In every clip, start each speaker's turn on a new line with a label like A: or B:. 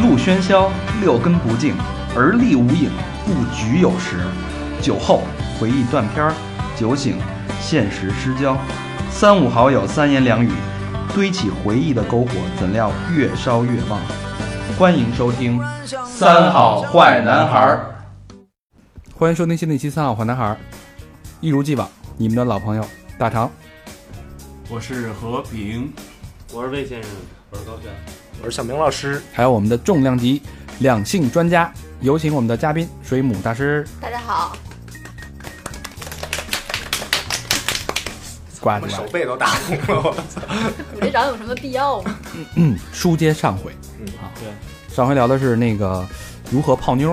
A: 路喧嚣，六根不净，而立无影，不局有时。酒后回忆断片儿，酒醒现实失焦。三五好友三言两语，堆起回忆的篝火，怎料越烧越旺。欢迎收听《三好坏男孩儿》。
B: 欢迎收听新的一期《三好坏男孩》，一如既往，你们的老朋友大长。
C: 我是和平，
D: 我是魏先生，我是高轩，
E: 我是小明老师。
B: 还有我们的重量级两性专家，有请我们的嘉宾水母大师。
F: 大家好，
B: 呱
E: 我
B: 唧呱
E: 手
B: 唧，
E: 背都打红了，我操！
F: 你这长有什么必要 吗？
B: 嗯，书接上回，
E: 嗯
B: 啊，
D: 对
B: 上回聊的是那个如何泡妞，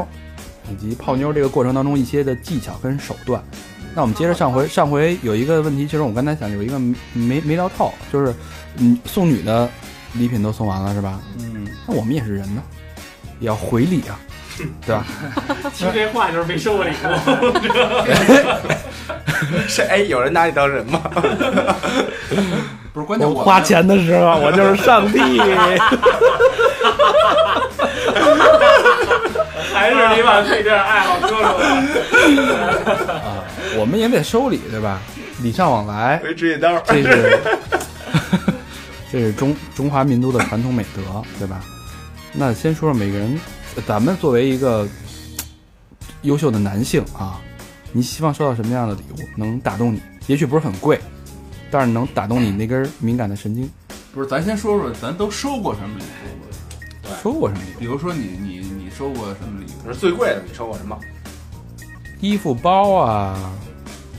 B: 嗯以及泡妞这个过程当中一些的技巧跟手段。那我们接着上回，上回有一个问题，其实我刚才想有一个没没聊透，就是嗯，送女的礼品都送完了是吧？
C: 嗯，
B: 那我们也是人呢，也要回礼啊，对吧？
D: 听这话就是没收 过礼物。
E: 是哎，有人拿你当人吗？
B: 不是关键我花钱的时候，我就是上帝。
D: 还是你把自己的爱好说出来。
B: 我们也得收礼，对吧？礼尚往来，
E: 回指引刀。
B: 这是这是中中华民族的传统美德，对吧？那先说说每个人，呃咱们作为一个嘖优秀的男性啊，你希望收到什么样的礼物能打动你？也许不是很贵，但是能打动你那根敏感的神经。
C: 不是，咱先说说咱都收过什么礼物，
B: 收过什么礼
C: 比如说你你你收过什么礼物？
E: 我是最贵的，你收过什么？
B: 物？衣服、包啊，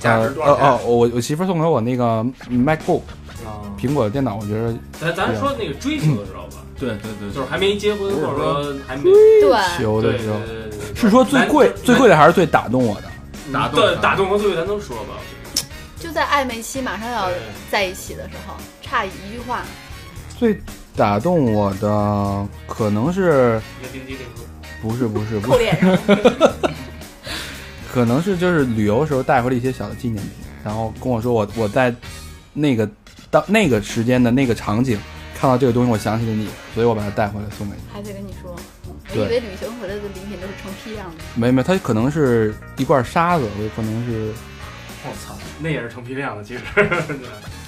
E: 价值多少钱？
B: 呃哦哦，我我媳妇儿送给我那个 MacBook
E: 哦
B: 苹果的电脑，我觉得
D: 咱咱说那个追求的时候吧，
C: 对对对，
D: 就是还没结婚，或者说还没
F: 对，
B: 求
D: 对
B: 的
D: 对
B: 时候
D: 对对对，
B: 是说最贵最贵的还是最打动我的？
C: 打动
D: 对
C: 他
D: 打动和最贵咱都说吧。
F: 就在暧昧期，马上要
D: 对
F: 在一起的时候，差一句话，
B: 最打动我的可能是
D: 一个冰激凌，
B: 不是不是不
F: 扣
B: 是，
F: 脸上。
B: 可能是就是旅游时候带回了一些小的纪念品，然后跟我说我我在那个当那个时间的那个场景看到这个东西，我想起了你，所以我把它带回来送给你。
F: 还得跟你说，我
B: 对
F: 以为旅行回来的礼品都是成批量的，
B: 没没，它可能是一罐沙子，也可能是
E: 我操！
D: 那也是成批量的，其实。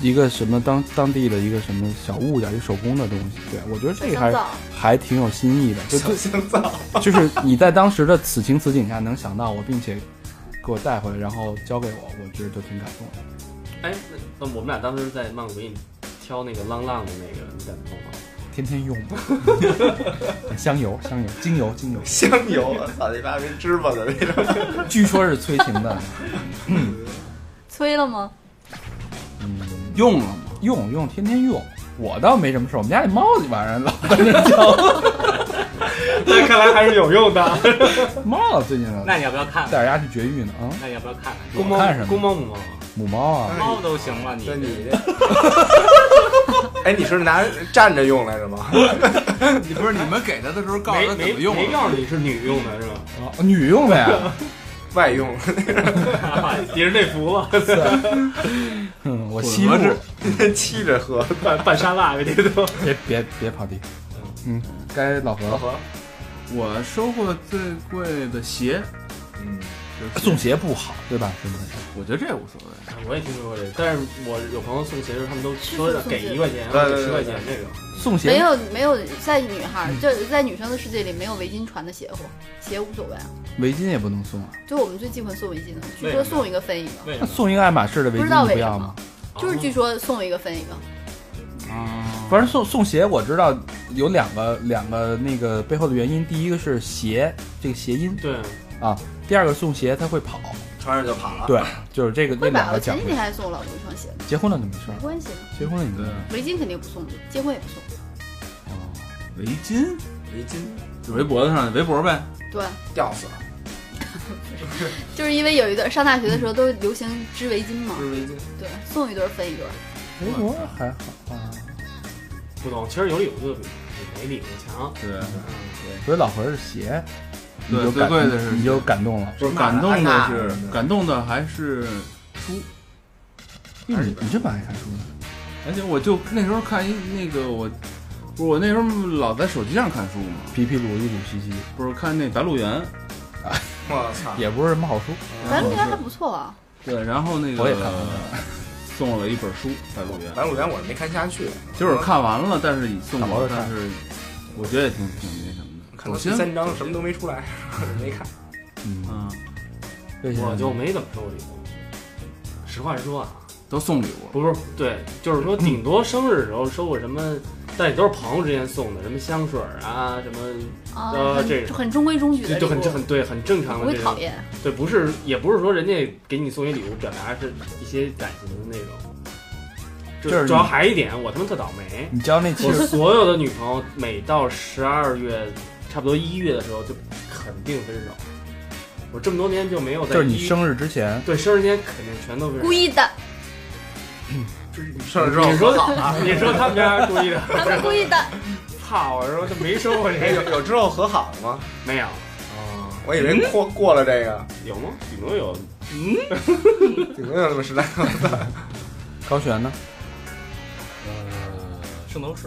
B: 一个什么当当地的一个什么小物件，一手工的东西。对我觉得这
F: 小
B: 个还
F: 香皂，
B: 还挺有新意的，就
E: 小心脏，
B: 就是你在当时的此情此景下能想到我，并且给我带回来，然后交给我，我觉得就挺感动 的。
D: 哎，那我们俩当时在曼谷给你挑那个浪浪的那个，你感动吗？
B: 天天 用，香油、香油、精油、精油，
E: 香油！我操，你爸跟芝麻的那种。
B: 据说是催情的，
F: 催了吗？
B: 嗯，
C: 用了吗？
B: 用用，天天用。我倒没什么事儿，我们家那猫晚上老在那叫，
D: 那看来还是有用的。
B: 猫老最近
G: 那你要不要 看？看？
B: 带着家去绝育呢啊，
G: 那你要不要看看？
D: 公
B: 我看什
D: 猫
B: 么
D: 公猫母猫，
B: 母猫啊，
G: 猫都行了，你
E: 那哦哎 你这，哎，你是拿站着用来着吗？
C: 你不是你们给他的时候告诉
D: 没
C: 他怎
D: 没
C: 么用啊
D: 没
C: 的？
D: 告诉你是女用的是 吧？
B: 啊女用的呀，
E: 外用，
D: 也是内服了，
B: 嗯，我
C: 混
B: 吸
C: 合
B: 入，
C: 制
E: 沏着喝。
D: 拌拌沙拉这 都。
B: 别别别跑题，嗯，该老何了，
C: 我收过最贵的鞋，
E: 嗯，
C: 就是
B: 啊送鞋不好对吧？是不是？
C: 我觉得这无所谓。
D: 我也听说过这个，但是我有朋友送鞋的时候，他们都说
F: 是是是
D: 给一块钱，
E: 对
D: 或者给
E: 对对
D: 十块钱这种。
B: 送
F: 没
B: 鞋
F: 有没有，在女孩
B: 嗯
F: 儿就在女生的世界里，没有围巾穿的邪乎，邪无所谓啊。
B: 围巾也不能送啊，
F: 就我们最忌讳送围巾的，据
G: 为什
F: 说
G: 么
F: 送一个分一个，
G: 为
B: 那
G: 什么？
B: 送一个爱马仕的围
F: 不知道
B: 巾你
F: 为
B: 不
F: 什
B: 要吗
F: 么？，就是据说送一个分一个。
E: 嗯
C: 啊，
B: 反正送送鞋，我知道有两个两个那个背后的原因，第一个是鞋这个谐音，
H: 啊
D: 对，
B: 第二个送鞋它会跑，
E: 穿上就跑了。
B: 对就是这个那
F: 会
B: 两
F: 吧？
B: 个
F: 我
B: 讲
F: 前几
B: 究
F: 天。还送我老公一双鞋，
B: 结婚了就没事儿
F: 没，关系，
B: 结婚了你就
C: 对，
F: 围巾肯定不送，结婚也不送。
B: 哦
C: 围巾，
E: 围巾
C: 就围脖子上的围脖呗。
F: 对，
E: 吊死了，
F: 就是因为有一段上大学的时候都流行织围巾嘛
E: 不，是围巾。
F: 对，送一对儿分一对儿。
B: 围脖还好吧？
D: 不懂。其实有礼物就比没礼物强。
C: 对，
B: 所以老何是鞋，你
C: 对
B: 就
C: 最
B: 感
C: 贵的是
B: 你就感动了。
E: 不是
C: 感动的
E: 那
C: 是
E: 那
C: 感动的还是书。
B: 哟，你你这么爱看书呢？
C: 而且我就那时候看一那个我不是我那时候老在手机上看书嘛，
B: 皮皮鲁一鲁西西，
C: 不是看那《白鹿原》，
E: 我
C: 啊
E: 操！
B: 也不是什么好书。
H: 嗯
F: 咱们这还不错啊，
C: 对，然后那个
B: 我也看了
C: 送我了一本书《白鹿原》，
E: 白鹿原我是没看下去，
C: 就是看完了，但是你送
B: 打包
C: 我，
B: 着看
C: 但是我觉得也挺挺那什么的。
E: 看
C: 首
E: 到第
C: 先，
E: 三章什么都没出来， 没看。
B: 嗯，
C: 嗯，
B: 为什么
H: 我就没怎么收礼物。实话实说啊，
C: 都送礼物了，
H: 不是对，就是说顶多生日的时候收过什么，但也都是朋友之间送的，什么香水儿啊，什么
F: 啊，
H: 呃
F: 很
H: 这个
F: 很中规中矩
H: 就
F: 的
H: 就很
F: 礼
H: 这
F: 物
H: 很对，很正常
F: 不
H: 的
F: 会
H: 这
F: 讨
H: 种。
F: 厌。
H: 对，不是也不是说人家给你送一礼物，表达是一些感情的那种。就
B: 就是你
H: 主要还一点，我他妈特倒霉，
B: 你交那七
H: 我
B: 十，
H: 所有的女朋友每到十二月，差不多一月的时候就肯定分手。我这么多年就没有在
B: 就是你
H: 一
B: 生日之前，
H: 对生日前肯定全都分手
F: 故。意的，
E: 上了之后，
H: 你说你说他们家故意的？
F: 他们故意 的，
H: 操！我说就没收过这
E: 哎，有
H: 个，
E: 有之后和好了吗？
H: 没有
E: 哦，我以为过过了这个，嗯
H: 有吗？顶多有
E: 顶多就这么十来个。
B: 高璇呢？
G: 呃，圣斗士，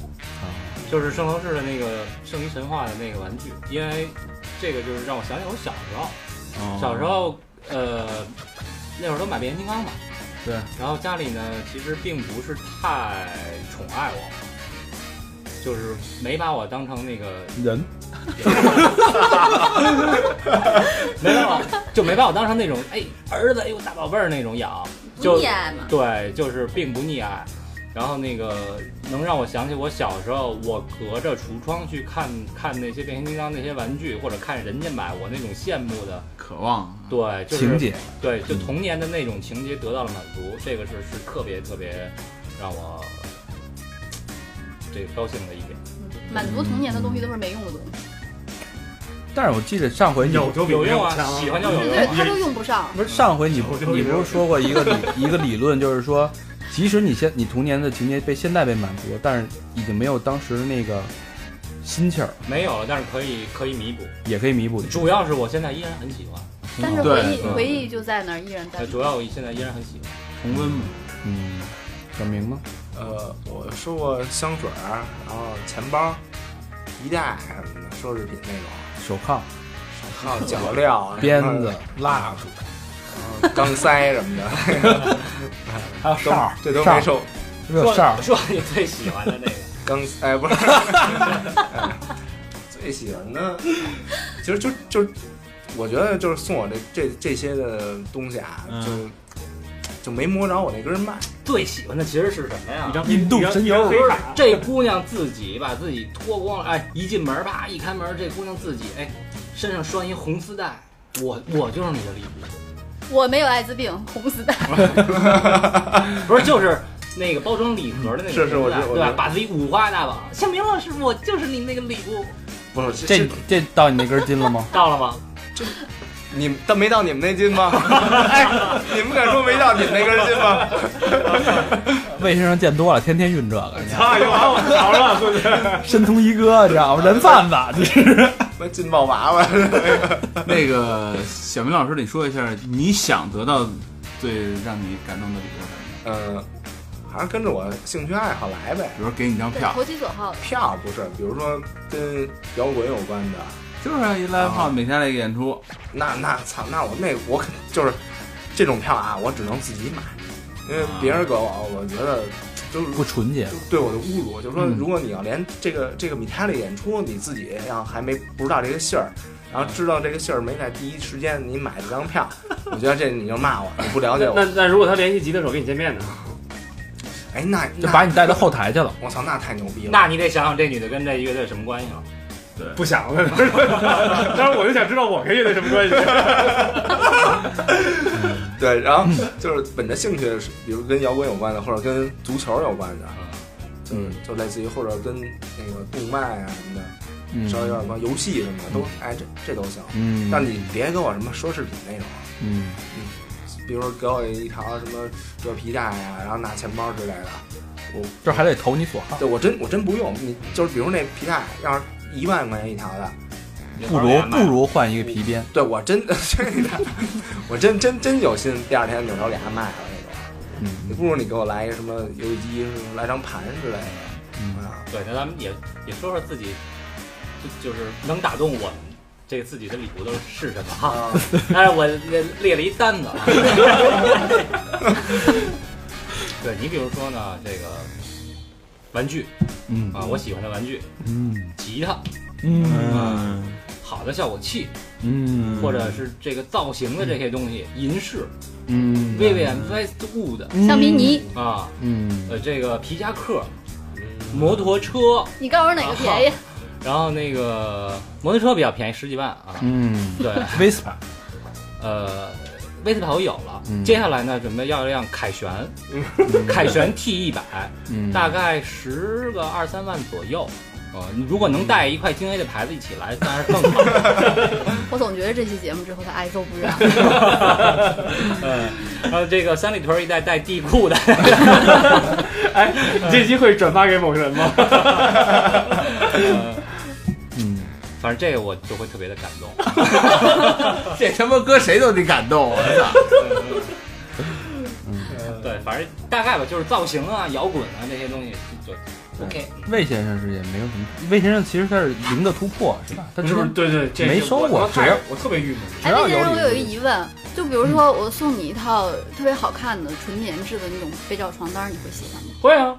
B: 啊
G: 就是圣斗士的那个圣衣神话的那个玩具，因为这个就是让我想起我小时候，
C: 哦
G: 小时候呃那会儿都买变形金刚嘛，
B: 对，
G: 然后家里呢其实并不是太宠爱我，就是没把我当成那个
B: 人
G: 没把我就没把我当成那种哎儿子哎呦大宝贝儿那种养，就
F: 不溺爱嘛。
G: 对，就是并不溺爱。然后那个能让我想起我小时候，我隔着橱窗去看看那些变形金刚那些玩具，或者看人家买，我那种羡慕的，
C: 渴望
G: 对，就是
B: 情，节，嗯
G: 对，就童年的那种情节得到了满足，这个是是特别特别让我这个高兴的一点。
F: 满足童年的东西都是没用的东西，
B: 但是我记得上回你
H: 就
G: 有用啊，喜欢就有
F: 对
G: 用
F: 对，
G: 啊。
F: 他都用不上。
H: 嗯
B: 不是上回你不
H: 就
B: 你不是说过一个理一个理论，就是说，即使你现你童年的情节被现在被满足，但是已经没有当时那个心气儿，
G: 没有了，但是可以可以弥补。
B: 也可以弥补。
G: 主要是我现在依然很喜欢，
F: 但是
B: 对，
F: 回忆
C: 对
H: 嗯
F: 回忆就在那儿，依然在
H: 哎
G: 呃。主要我现在依然很喜欢。
C: 重温嘛，
B: 嗯，小明呢？
E: 呃，我收过香水儿，然后钱包、皮带什么的，奢侈品那种，
B: 手铐、
E: 还有脚 镣、
B: 鞭子、
E: 蜡烛、然后 钢塞什 么的，
B: 还有哨，
E: 这都没收。
B: 是不是有哨？
G: 说你最喜欢的那个。
E: 刚哎不是， 哎最喜欢的，其实就就我觉得就是送我这这这些的东西啊，就、就没摸着我那根脉。
G: 最喜欢的其实是什么呀？
B: 印度神油
G: 不是这姑娘自己把自己脱光了，哎，一进门啪一开门，这姑娘自己哎身上拴一红丝带，我我就是你的礼物，
F: 我没有艾滋病，红丝带。
G: 不是就是那个包装礼盒的那个
E: 是是
G: 红丝带
E: 我知道
G: 对
E: 我知
G: 吧
E: 道？
G: 把自己五花大绑，小明老师，我就是你那个礼物，
E: 不是
B: 这这到你那根筋了吗？
G: 到了吗？
E: 你们但没到你们那斤吗？ 哎，你们敢说没到你们那根筋吗？
B: 卫生上见多了，天天运这个，你知道吗
H: 啊，又把我藏了，对不对？
B: 申通一哥，你知道吗？人贩子，啊这是
E: 那劲爆娃娃，
C: 那个呃小明老师，你说一下你想得到最让你感动的礼物是什么？
E: 嗯、还是跟着我兴趣爱好来呗。
C: 比如说给你一张
F: 对，
C: 票，
F: 投其所好的。
E: 票不是，比如说跟摇滚有关的，
C: 就是啊一 live house 每天来一个演出，
E: 那那操，那我那我肯就是这种票啊，我只能自己买，因
B: 啊
E: 为别人给我，我觉得就是
B: 不纯洁
E: 就。对我的侮辱，就是说，
B: 嗯
E: 如果你要连这个这个米泰利演出你自己要还没不知道这个信儿，然后知道这个信儿没在第一时间你买这张票，我觉得这你就骂我，你不了解
H: 啊那
E: 我，
H: 那如果他联系吉他手跟你见面呢？
E: 哎，那
B: 就
E: 那
B: 把你带到后台去了，
E: 我操，那太牛逼了，
G: 那你得想想这女的跟这乐队什么关系啊了。
H: 不想 了，但是我就想知道我跟乐队什么关 系。
E: 对，然后就是本着兴趣，比如跟摇滚有关的，或者跟足球有关的，就是
B: 嗯
E: 就类似于或者跟那个动漫啊什么的，
B: 嗯
E: 稍微有点关游戏什么的都，哎，这这都行，
B: 嗯，
E: 但你别给我什么奢侈品那种。啊
B: 嗯，
E: 比如说给我一条什么这皮带呀、然后拿钱包之类的。
B: 这还得投你所好，
E: 对我真我真不用，你就是比如那皮带要是一万块钱一条的，
B: 不如不如换一个皮鞭。
E: 对我真 我真真真有心，第二天扭头给它卖了那种。
B: 嗯，
E: 你不如你给我来一个什么游戏机，来张盘之类的，
B: 嗯
E: 啊，
G: 对，那咱们也也说说自己，就就是能打动我们这自己的礼物都是什么哈？ 哎，我列列了一单子啊。 对你比如说呢，这个玩具
B: 嗯
G: 啊，我喜欢的玩具，
B: 嗯
G: 吉他，啊
B: 嗯
C: 嗯
G: 好的效果器，
B: 嗯，
G: 或者是这个造型的这些东西，银饰
B: 嗯
G: ，Vivian Westwood
F: 橡皮，泥，
G: 啊，
B: 嗯
G: 呃，这个皮夹克，摩托车，
F: 你告诉我哪个便宜？
H: 啊
G: 然后那个摩托车比较便宜，十几万啊。
B: 嗯
G: 对，
B: ，Vespa，
G: 呃，威斯跑有了，
B: 嗯
G: 接下来呢，准备要一辆凯旋，凯旋 T 一百，
B: 嗯，
G: 大概十个二三万左右。呃，你如果能带一块京 A 的牌子一起来，当然更好。
F: 我总觉得这期节目之后他爱揍 不饶。
G: 嗯，然后这个三里屯一带带地库的，
H: 哎，你这期会转发给某人 吗？
G: 呃
B: 嗯
G: 反正这个我就会特别的感动。
C: 这他妈搁谁都得感动，我操！
G: 对，反正大概吧，就是造型啊、摇滚啊这些东西就就 OK。
B: 魏先生是也没有什么，魏先生其实他是零的突破，是吧？他
H: 是
B: 只
H: 不是？
B: 是
H: 对对，这
B: 没收过
H: 我
B: 只要
H: 我特别郁闷。
B: 只
F: 哎，
B: 要
F: 那先生，我有
B: 有
F: 一个疑问，就比如说我送你一套特别好看的纯棉质的那种被罩床单，你会喜欢吗？
H: 会啊，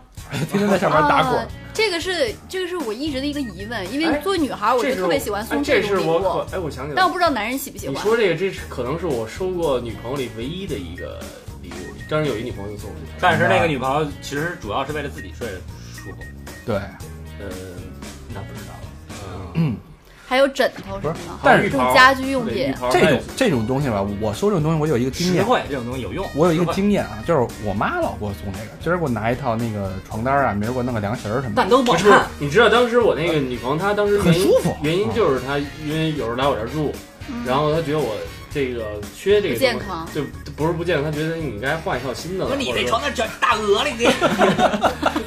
B: 天天在上面打滚
F: 啊，这个是这个是我一直的一个疑问，因为
H: 哎
F: 作为女孩，我
H: 这
F: 就是特别喜欢送
H: 哎这
F: 种
H: 是
F: 礼
H: 我
F: 物，
H: 可哎，我想起来
F: 但我
H: 了，
F: 不知道男人喜不喜
H: 你
F: 欢。
H: 说这个，这是可能是我收过女朋友里唯一的一个礼物。当时有一女朋友送我这个，
G: 但是那个女朋友其实主要是为了自己睡得舒服。
B: 对，
H: 呃，那不知道了。
G: 嗯，
F: 还有枕头什么的，
B: 但是
F: 这种家居用
H: 对
F: 品
H: 浴，袍
B: 这种这种东西吧，我收这种东西，我有一个经
G: 实
B: 验，
G: 惠这种东西有用。
B: 我有一
G: 实
B: 个
G: 惠，
B: 经验啊，就是我妈老给我送这个，今儿给我拿一套那个床单啊，明儿给我弄个凉席儿什么的
G: 但，都不
H: 不
G: 好
H: 是
G: 看。，
H: 你知道当时我那个女朋友，她当时
B: 很
H: 原因
B: 舒服嗯
H: 原因就是她因为有时候来我这儿住，
F: 嗯
H: 然后她觉得我这个缺这个
F: 不健
H: 东西
F: 康
H: 就就不是不健康，她觉得你应该换一套新的了。或者说
G: 单卷大鹅了，你。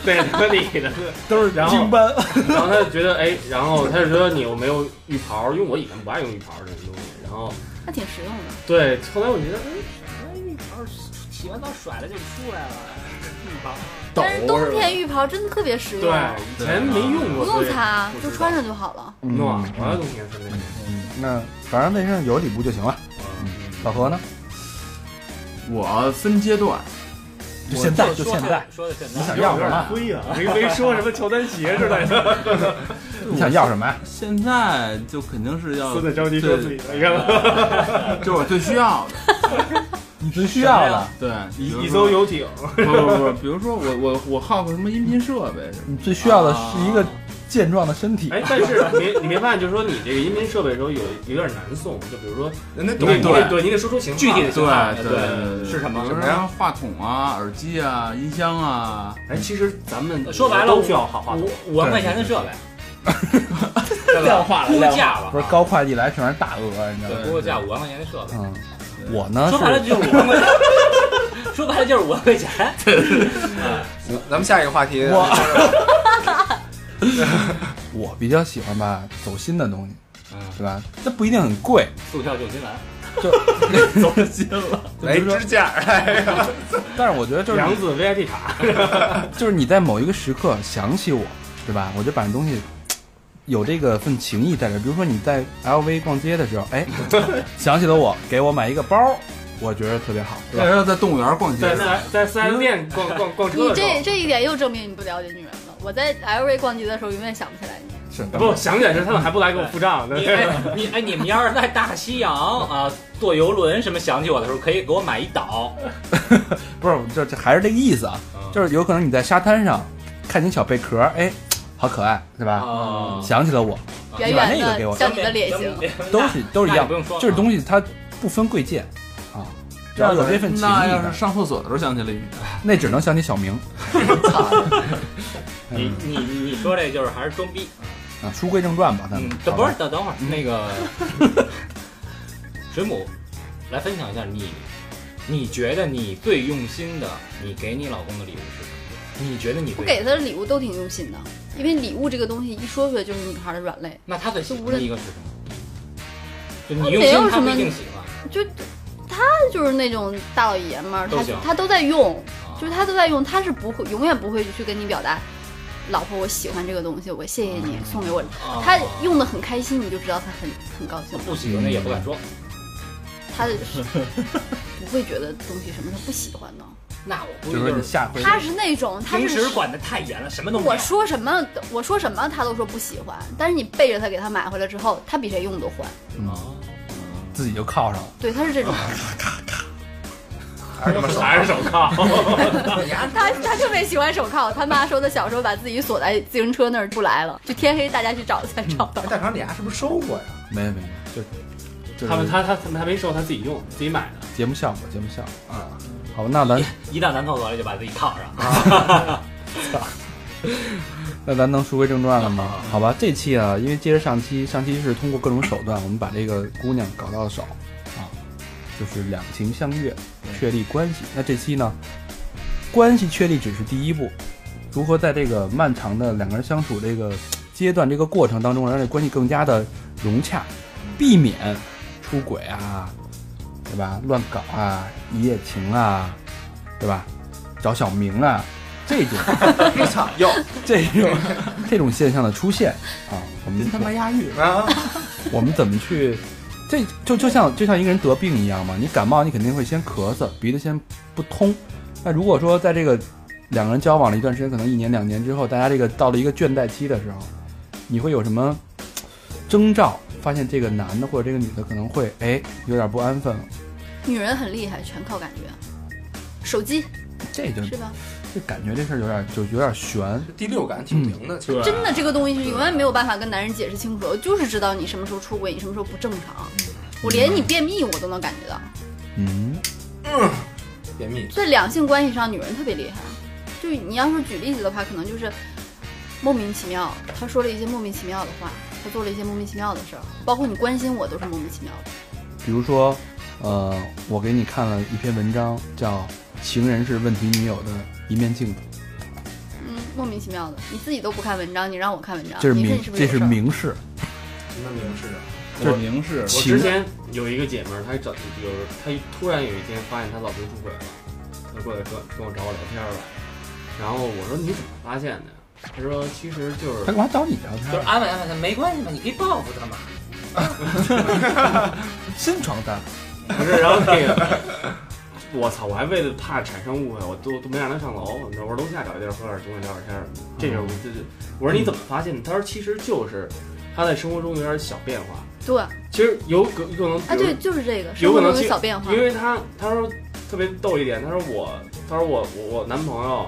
H: 对合理 的，
B: 都是
H: 然后
B: 精斑，
H: 然后她就觉得哎，然后她就觉得你又没有浴袍，因为我以前不爱用浴袍这种东西，然后
F: 还挺实用的。
H: 对，后来我觉得哎
G: 洗完澡甩了就出来了。
H: 抖
F: 但是冬天浴袍真的特别实用，
H: 对哎以前没用过，
F: 不
H: 嗯
F: 用
H: 所以
F: 擦
H: 不知
F: 就
H: 道
F: 穿上就好了。
H: 暖和冬天是那种。
B: 那反正卫生有礼物就行了。老何呢？
C: 我分阶段，
B: 就
G: 我
B: 现在，就
G: 说
B: 现在，，
G: 说的现在。
B: 你想要啊什 么？
H: 亏呀，没没说什么乔丹鞋似的，
B: 你想要什么？
C: 现在就肯定是 要，
H: 的着急
C: 说自己
H: 的，你看吧，
C: 就是我最需要的。
B: 你最需要
G: 什么
B: 的
G: 呀，
C: 对，比如 说
H: 一艘游艇，
C: 不不不，比如说我我我耗个什么音频设备什么
B: 你最需要的是一个
G: 啊
B: 健壮的身体。
H: 哎，但是你没你没发现，就是说你这个音频设备的时候有有点难送，就比如说
E: 人家
H: 你
E: 懂
H: 得你
C: 对
H: 得对你得说出型号
G: 具体的
C: 对
G: 对
C: 对
G: 对
C: 对
G: 是什么
C: 比如
E: 什么
C: 说话筒啊、耳机啊、音箱啊，
H: 哎，其实咱们
G: 呃说白了，
H: 都需要好话筒
G: 五。五万块钱的设备，
B: 量化
G: 估价吧，
B: 不是高会计来全是大鹅，你知道吗？
G: 对，估价五万块钱的设备。
B: 嗯，我呢
G: 说白了
B: 是
G: 就是五万块钱，说白了就是五万块 钱。
B: 嗯
E: 行咱们下一个话题，
B: 我比较喜欢吧走心的东西，
G: 嗯，
B: 对吧？这不一定很贵，
G: 速跳救心丸，
B: 就
G: 走心了。
E: 来支架，哎呀
B: 但是我觉得就是
H: 杨子 VIP 卡，
B: 就是你在某一个时刻想起我，对吧？我就把这东西有这个份情谊在这儿。比如说你在 LV 逛街的时候，哎， 想起了我，给我买一个包，我觉得特别好，对
C: 那
G: 哎
B: 吧？
C: 要在动物园逛街
H: 在，四在四
G: 嗯
H: S 店逛逛逛
F: 你
H: 车的时
F: 这
H: 候，
F: 这一点又证明你不了解女人了。我在 LV 逛街的时候永远想不起来你。
B: 是
H: 不想起来是他们还不来给我付账，
G: 你
H: 对
G: 哎你哎，你们要是在大西洋啊坐游轮什么想起我的时候，可以给我买一岛。
B: 不是，这这还是这个意思啊，就是有可能你在沙滩上看见小贝壳，哎，好可爱，对吧？
G: 啊，
B: 想起了我，
F: 圆
B: 把
F: 圆
B: 那个给我
F: 的，像你的脸型。
B: 都是都是
G: 那
B: 一
G: 也
B: 样
G: 不，用说了，啊
B: 就是东西它不分贵贱啊，只要有这份情
C: 那
B: 谊
C: 要
B: 的
C: 是，上厕所的时候想起了你，
B: 那只能想起小明
G: 你你你说这就是还是装逼。
B: 啊。书归正传吧，咱
G: 嗯
B: 们，
G: 这
B: 好
G: 不
B: 吧
G: 是等等会儿
H: 嗯
G: 那个 水母来分享一下你，你觉得你最用心的，你给你老公的礼物是什么？你觉得你
F: 我
G: 最
F: 给他的礼物都挺用心的，因为礼物这个东西一说出来就是女孩的软肋，
G: 那他最喜
F: 就无
G: 欢的
F: 论
G: 一个是什么？就你
F: 他
G: 用
F: 没有
G: 心，他
F: 什
G: 不
F: 么
G: 一定喜欢。
F: 就他就是那种大老爷们儿，
G: 都
F: 他
G: 行
F: 他都在用，
G: 啊
F: 就是他都在用，他是不会永远不会去跟你表达老婆，我喜欢这个东西，我谢谢你送给我。
G: 啊
F: 他用的很开心，你就知道他很很高兴了。
G: 不喜欢的也不敢说，
F: 他 不会觉得东西什么他不喜欢的。
G: 那我估
B: 就
G: 计
B: 是说
G: 就
B: 你
G: 是
B: 下回
F: 他是那种，他
G: 平
F: 是
G: 时管的太严了，什么都没
F: 我
G: 有。
F: 说什么，我说什么他都说不喜欢，但是你背着他给他买回来之后，他比谁用都欢。
G: 哦
B: 自己就铐上了。
F: 对，他是这种，
E: 还是他妈手
G: 还是手铐，
F: 啊他他特别喜欢手铐。他妈说他小时候把自己锁在自行车那儿不来了，就天黑大家去找才找到
E: 哎。大肠，你丫是不是收 过呀？
B: 没有没有，就就是
H: 他们他他他们还没收，他自己用，自己买的。
B: 节目效果，节目效果。
E: 啊，
B: 好吧，那咱
G: 一到男厕所里就把自己铐上。
B: 那咱能书归正传了吗？好吧，这期啊，因为接着上期，上期是通过各种手段，我们把这个姑娘搞到手啊，就是两情相悦，确立关系。那这期呢，关系确立只是第一步，如何在这个漫长的两个人相处这个阶段这个过程当中，让这关系更加的融洽，避免出轨啊，对吧？乱搞啊，一夜情啊，对吧？找小明啊，这种。
E: 我操，有
B: 这种 这种现象的出现啊，我们
E: 真他妈押韵啊！
B: 我们怎么去？这就就像就像一个人得病一样嘛，你感冒你肯定会先咳嗽，鼻子先不通。那如果说在这个两个人交往了一段时间，可能一年两年之后，大家这个到了一个倦怠期的时候，你会有什么征兆？发现这个男的或者这个女的可能会哎有点不安分了，
F: 女人很厉害，全靠感觉，手机
B: 这就是
F: 吧？
B: 就感觉这事儿有点就有点悬。
E: 第六感挺灵
C: 嗯
E: 的，其实
F: 真的，这个东西是永远没有办法跟男人解释清楚的，我就是知道你什么时候出轨，你什么时候不正常。我连你便秘我都能感觉到，
B: 嗯，
E: 便秘。
F: 在两性关系上，女人特别厉害。就是你要是举例子的话，可能就是莫名其妙，他说了一些莫名其妙的话，他做了一些莫名其妙的事儿，包括你关心我都是莫名其妙的。
B: 比如说，呃，我给你看了一篇文章，叫《情人是问题女友的一面镜子
F: 嗯，莫名其妙的，你自己都不看文章，你让我看文章》，，
B: 这是
F: 你说
B: 明
F: 你啊是，不是
B: 这
F: 有
B: 是
F: 事儿？
B: 明示。
E: 什
B: 就是
E: 么名是
C: 我明示
H: 我
B: 情
H: 之啊前有一个姐们儿，她找有她突然有一天发现她老公出轨了，她过来跟跟我找我聊天儿了，然后我说你怎么发现的呀？她说其实就是
B: 他干嘛找你聊天
G: 就是
B: 儿？
G: 安慰安慰他，没关系嘛，你可以报复他嘛。
B: 新床单，
H: 不是，然后那个，我操！我还为了怕产生误会，我都都没让他上楼。我说楼下找一地儿喝点东西，聊点天儿。这就是我这这，我说你怎么发现的？他说其实就是他在生活中有点小变化，
F: 对，
H: 其实有可有可能
F: 啊对，就是这个，生
H: 有
F: 活
H: 可
F: 中
H: 能
F: 有
H: 其
F: 小变化
H: 因，为他他说特别逗一点，他说我他说我我我男朋友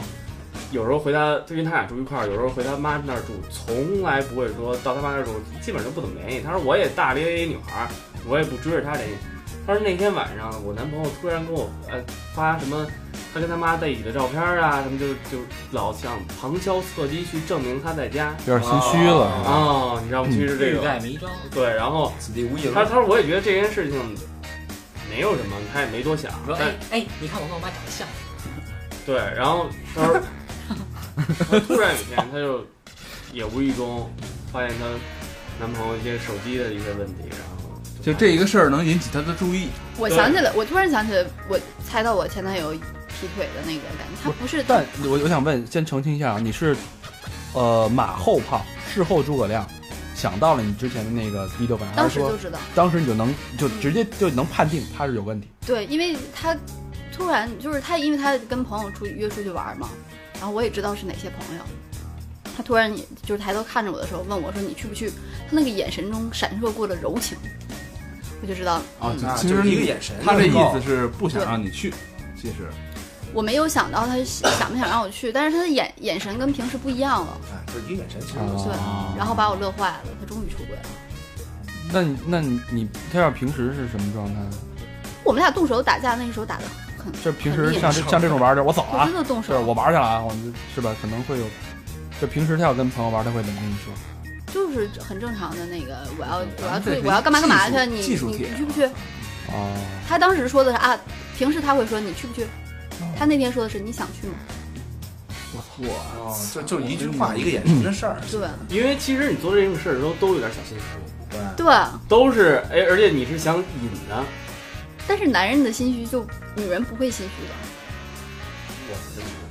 H: 有时候回他，最近他俩住一块儿，有时候回他妈那儿住，从来不会说到他妈那儿住，基本上就不怎么联系。他说我也大咧咧一女孩儿，我也不追着她联系。他说那天晚上我男朋友突然跟我呃发什么。他跟他妈在一起的照片儿啊，什么就就老想旁敲侧击去证明他在家
B: 有点心虚了。是吧
H: 哦，你知道吗？其实这
G: 欲
H: 个
G: 盖弥彰，
H: 对，然后
E: 此地无银
H: 他他说我也觉得这件事情没有什么，他也没多想。
G: 说
H: 但
G: 哎哎，你看我跟我妈长得像，
H: 对，然后他说，他突然有一天，他就也无意中发现她男朋友一些手机的一些问题，然后
C: 就这一个事儿能引起他的注意，
F: 我
H: 对
F: 想起来，我突然想起来，我猜到我前男友劈腿的那个感觉，他不是
B: 但我我想问，先澄清一下啊，你是呃马后炮，事后诸葛亮，想到了你之前的那个第六感，还
F: 当
B: 是
F: 时就嗯
B: 说
F: 知道，
B: 当时你就能就直接就能判定他是有问题？
F: 对，因为他突然就是他，因为他跟朋友出去约出去玩儿嘛，然后我也知道是哪些朋友，他突然也就是抬头看着我的时候问我说你去不去，他那个眼神中闪烁过了柔情，我就知道
C: 啊
E: 啊，
C: 其
E: 就
C: 实
E: 是一个
C: 你
E: 眼神就够
C: 他
E: 了。
C: 这意思是不 想让你去，其实
F: 我没有想到他想不想让我去，但是他的眼眼神跟平时不一样了，
E: 哎，就是一个眼神，其实
B: 啊
E: 就
F: 对，嗯
C: 哦
F: 然后把我乐坏了，他终于出轨了。
B: 那你那你你他要平时是什么状态？
F: 我们俩动手打架，那个时候打的很，
B: 就是平
F: 很
B: 时
F: 厉害
B: 像这像这种玩意儿就我走了
F: 我
B: 啊
F: 真，的动
B: 是我
F: 手，
B: 玩去了啊，我就是吧，可能会有，就平时他要跟朋友玩，他会怎么跟你说？
F: 就是很正常的那个，我要我要
C: 咱
F: 出
C: 们嗯这
F: 去，
C: 是
F: 我要干嘛干嘛去你
C: 技，术技术啊
F: 你
C: 帖
F: 你去不去？
B: 哦，
F: 他当时说的是啊，平时他会说你去不去，
C: 哦
F: 他那天说的是你想去吗？
E: 哦，就就一句
C: 嗯
E: 话，一个眼神的事儿，
F: 对
H: 因为其实你做这种事儿的时候都有点小心虚，
E: 对，
F: 对，
H: 都是哎，而且你是想引的，
F: 但是男人的心虚就女人不会心虚的，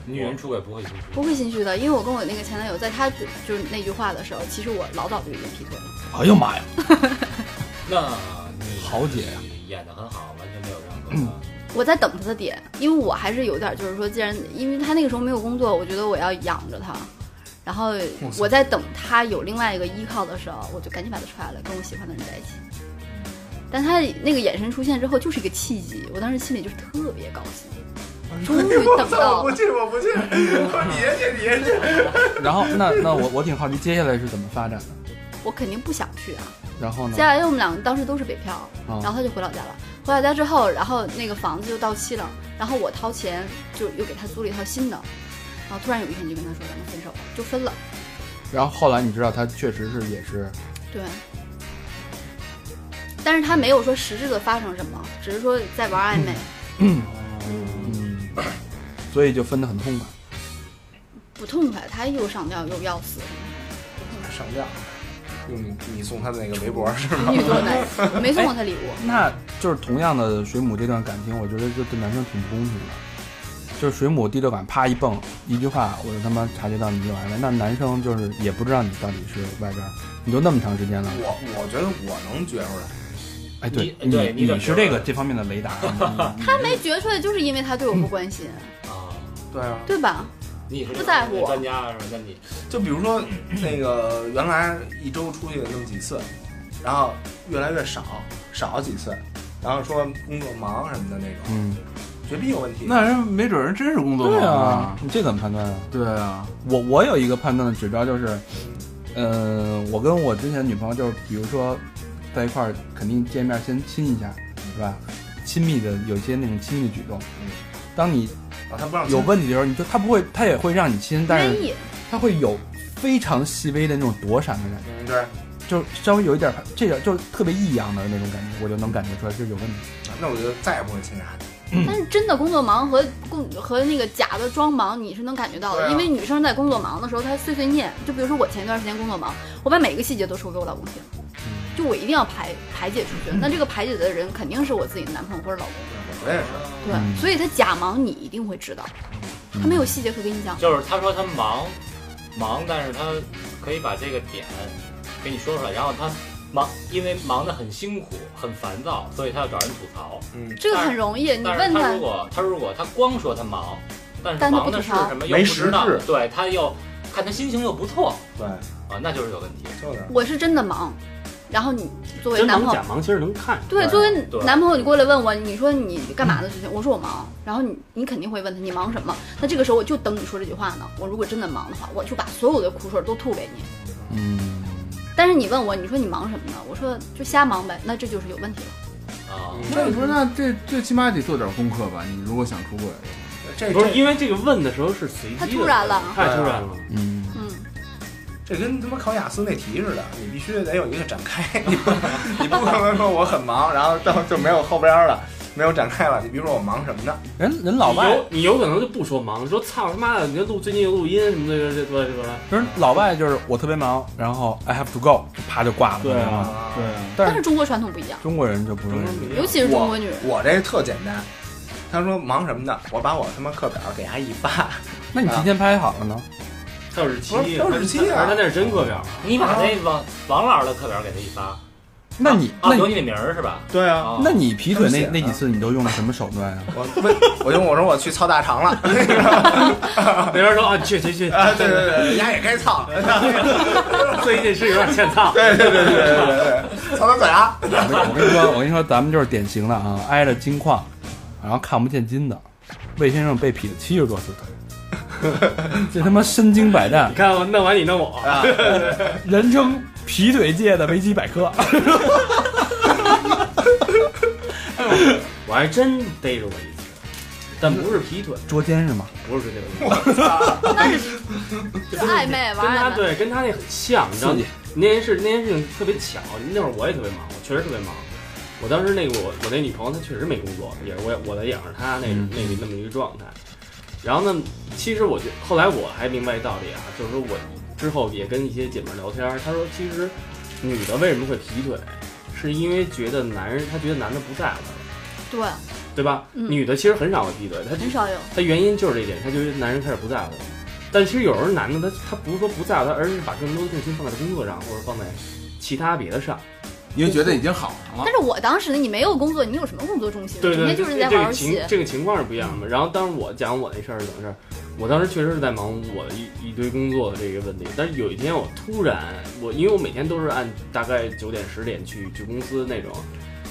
G: 女人出轨不会心虚。
F: 不会心虚的，因为我跟我那个前男友，在他就是那句话的时候，其实我老早就已经劈腿了。
B: 哎呦妈呀！
G: 那你
B: 豪姐呀
G: 演的很好，完全没有任何的。
F: 我在等他的点，因为我还是有点就是说，既然因为他那个时候没有工作，我觉得我要养着他，然后我在等他有另外一个依靠的时候，我就赶紧把他踹了，跟我喜欢的人在一起。但他那个眼神出现之后，就是一个契机，我当时心里就是特别高兴， 终于
E: 我
F: 等
E: 操！
F: 到
E: 我不
F: 了。
E: 去，我不去！我你爷去，你爷去！
B: 然后那那我我挺好奇接下来是怎么发展的。
F: 我肯定不想去啊。
B: 然后呢
F: 接？下来我们两个当时都是北漂，
B: 啊
F: 然后他就回老家了。回老家之后，然后那个房子就到期了，然后我掏钱就又给他租了一套新的。然后突然有一天就跟他说咱们分手吧，就分了。
B: 然后后来你知道他确实是也是
F: 对。但是他没有说实质的发生什么，只是说在玩暧昧。嗯，
B: 嗯，所以就分得很痛快。
F: 不痛快，他又上吊又要死，
E: 上吊，用你你送他的那个围脖是吗？
F: 女作男，我没送过他礼物。
B: 那就是同样的水母这段感情，我觉得就对男生挺不公平的。就是水母第六感啪一蹦，一句话我就他妈察觉到你有暧昧。那男生就是也不知道你到底是外边儿，你都那么长时间了，
E: 我我觉得我能觉出来，
B: 哎，对
G: 你对
B: 你
G: 你怎么
B: 是这个这方面的雷达，
F: 他没觉出来，就是因为他对我不关心，
G: 啊，
E: 对啊，
F: 对吧？
G: 你是
F: 不在乎
G: 专家是吧？那你
E: 就比如说那个原来一周出去那么几次，然后越来越少，少几次，然后说工作忙什么的那种，
B: 嗯，
E: 绝逼有问题。
C: 那人没准人真是工作
B: 对
C: 忙
B: 啊，，你这怎么判断啊？
C: 对啊，
B: 我我有一个判断的指标就是，呃，我跟我之前女朋友就是，比如说在一块儿，肯定见面先亲一下，是吧？亲密的有一些那种亲密的举动
E: 嗯，
B: 当你
E: 然后他不让
B: 有
E: 亲
B: 问题的时候，你就他不会，他也会让你亲，但
F: 愿
B: 是
F: 意，
B: 他会有非常细微的那种躲闪的感觉，
E: 嗯对，
B: 就是稍微有一点这个就是特别异样的那种感觉，我就能感觉出来是有问题。
E: 那我就再也不会亲啥的。
F: 但是真的工作忙和工和那个假的装忙，你是能感觉到的，
E: 对啊
F: 因为女生在工作忙的时候，她碎碎念。就比如说我前一段时间工作忙，我把每个细节都说给我老公听，就我一定要排排解出去。那这个排解的人肯定是我自己的男朋友或者老公，
E: 我也是，
F: 对，
B: 嗯
F: 所以他假忙你一定会知道，他没有细节可跟你讲。
G: 就是他说他忙，忙，但是他可以把这个点给你说出来，然后他忙，因为忙得很辛苦、很烦躁，所以他要找人吐槽。
E: 嗯，
F: 这个很容易，你
G: 但是
F: 问
G: 他
F: 他
G: 如，果他如果他光说他忙，但是
F: 但他
G: 忙
F: 不
G: 的
F: 吐
G: 是
F: 槽
G: 什么又
E: 没
G: 不
E: 实
G: 知道
E: 质，
G: 对他又看他心情又不错
E: 对，
G: 啊，那就是有问题。
E: 就是
F: 我是真的忙，然后你作为
H: 真
F: 男
H: 忙
F: 朋友
H: 假，忙其实能看。
F: 对，
E: 对
F: 作为
G: 对
F: 男朋友你过来问我，你说你干嘛的事情，我说我忙，然后你你肯定会问他你忙什么，那这个时候我就等你说这句话呢。我如果真的忙的话，我就把所有的苦水都吐给你。
B: 嗯，
F: 但是你问我，你说你忙什么呢？我说就瞎忙呗，那这就是有问题了。
G: 啊，
C: 那你说那这最起码得做点功课吧？你如果想出轨，
E: 这
H: 不是
E: 这
H: 因为这个问的时候是随机的，
F: 他突然了
H: 太突然了。
B: 嗯，
F: 嗯，
E: 这跟他妈考雅思那题似的，你必须得有一个展开， 你不你不可能说我很忙，然后到就没有后边了，没有展开了。你比如说我忙什么呢？
B: 人人
G: 嗯
B: 老
H: 你
B: 外
H: 有你有可能就不说忙，说操他妈的，你这录最近录音什么的，这这这这这。
B: 就是老外就是我特别忙，然后 I have to go，就啪就挂了。
H: 对啊
B: 你知道吗
E: 啊，
C: 对啊，
B: 但
F: 但是
B: 是
F: 中国传统不一样，
B: 中国人就不容易。
H: 嗯
F: 尤其是中国女人，
E: 我这特简单。他说忙什么呢？我把我他妈课表给他一扒，
B: 那你提前拍好了呢？
H: 还有日期
E: 不是，还有日期啊
H: 而且那是真课表，
G: 你把那王王老师的课表给他一发，
B: 那你
G: 啊，
B: 那
G: 有
B: 你
G: 你的名儿是吧？
E: 对啊，
G: 啊，
B: 那你劈腿那
E: 他们写的
B: 那几次你都用了什么手段啊？
E: 我问，我就我说我去操大肠了，
H: 那边说啊，你去去去，
E: 啊， 对对对，人家也该操， 对
H: 最近是有点欠操。
E: 对对对对对对，操他嘴啊，
B: 我跟你说，我跟你说，咱们就是典型的啊，挨着金矿，然后看不见金的。魏先生被劈了七十多次腿， 这他妈身经百战
H: 你，看我弄完你弄我，
E: 啊，
B: 人称劈腿界的维基百科。
H: 我还真逮着过一次，但不是劈腿，
B: 捉奸是吗？
H: 不是这个，
F: 那是就暧昧啊
H: 跟他
F: 玩暧昧。
H: 对跟他那很像，你知道
B: 刺
H: 吗
B: 激？
H: 那件事那件事情特别巧，那会儿我也特别忙，我确实特别忙。我当时那个我我那女朋友她确实没工作，也是我我在养着她那个
B: 嗯
H: 那个那么一个状态。然后呢，其实我觉后来我还明白一道理啊，就是说我之后也跟一些姐妹聊天，她说其实女的为什么会劈腿，是因为觉得男人她觉得男的不在乎她了。
F: 对，
H: 对吧？
F: 嗯
H: 女的其实很少会闭嘴，她
F: 很少有，
H: 她原因就是这一点，她觉得男人开始不在乎了。但其实有时候男的他他不是说不在乎他，而是把更多的重心放在工作上，或者放在其他别的上。
C: 因为觉得已经好上了
F: 但。是我当时呢，你没有工作，你有什么工作重心？
H: 对
F: 整
H: 对，
F: 天
H: 这
F: 就是在玩游
H: 这个
F: 戏
H: 情。
B: 啊
H: 这个情况是不一样的。然后当时我讲我那事儿是怎么回事儿，我当时确实是在忙我的一一堆工作的这个问题。但是有一天我突然，我因为我每天都是按大概九点十点去去公司那种，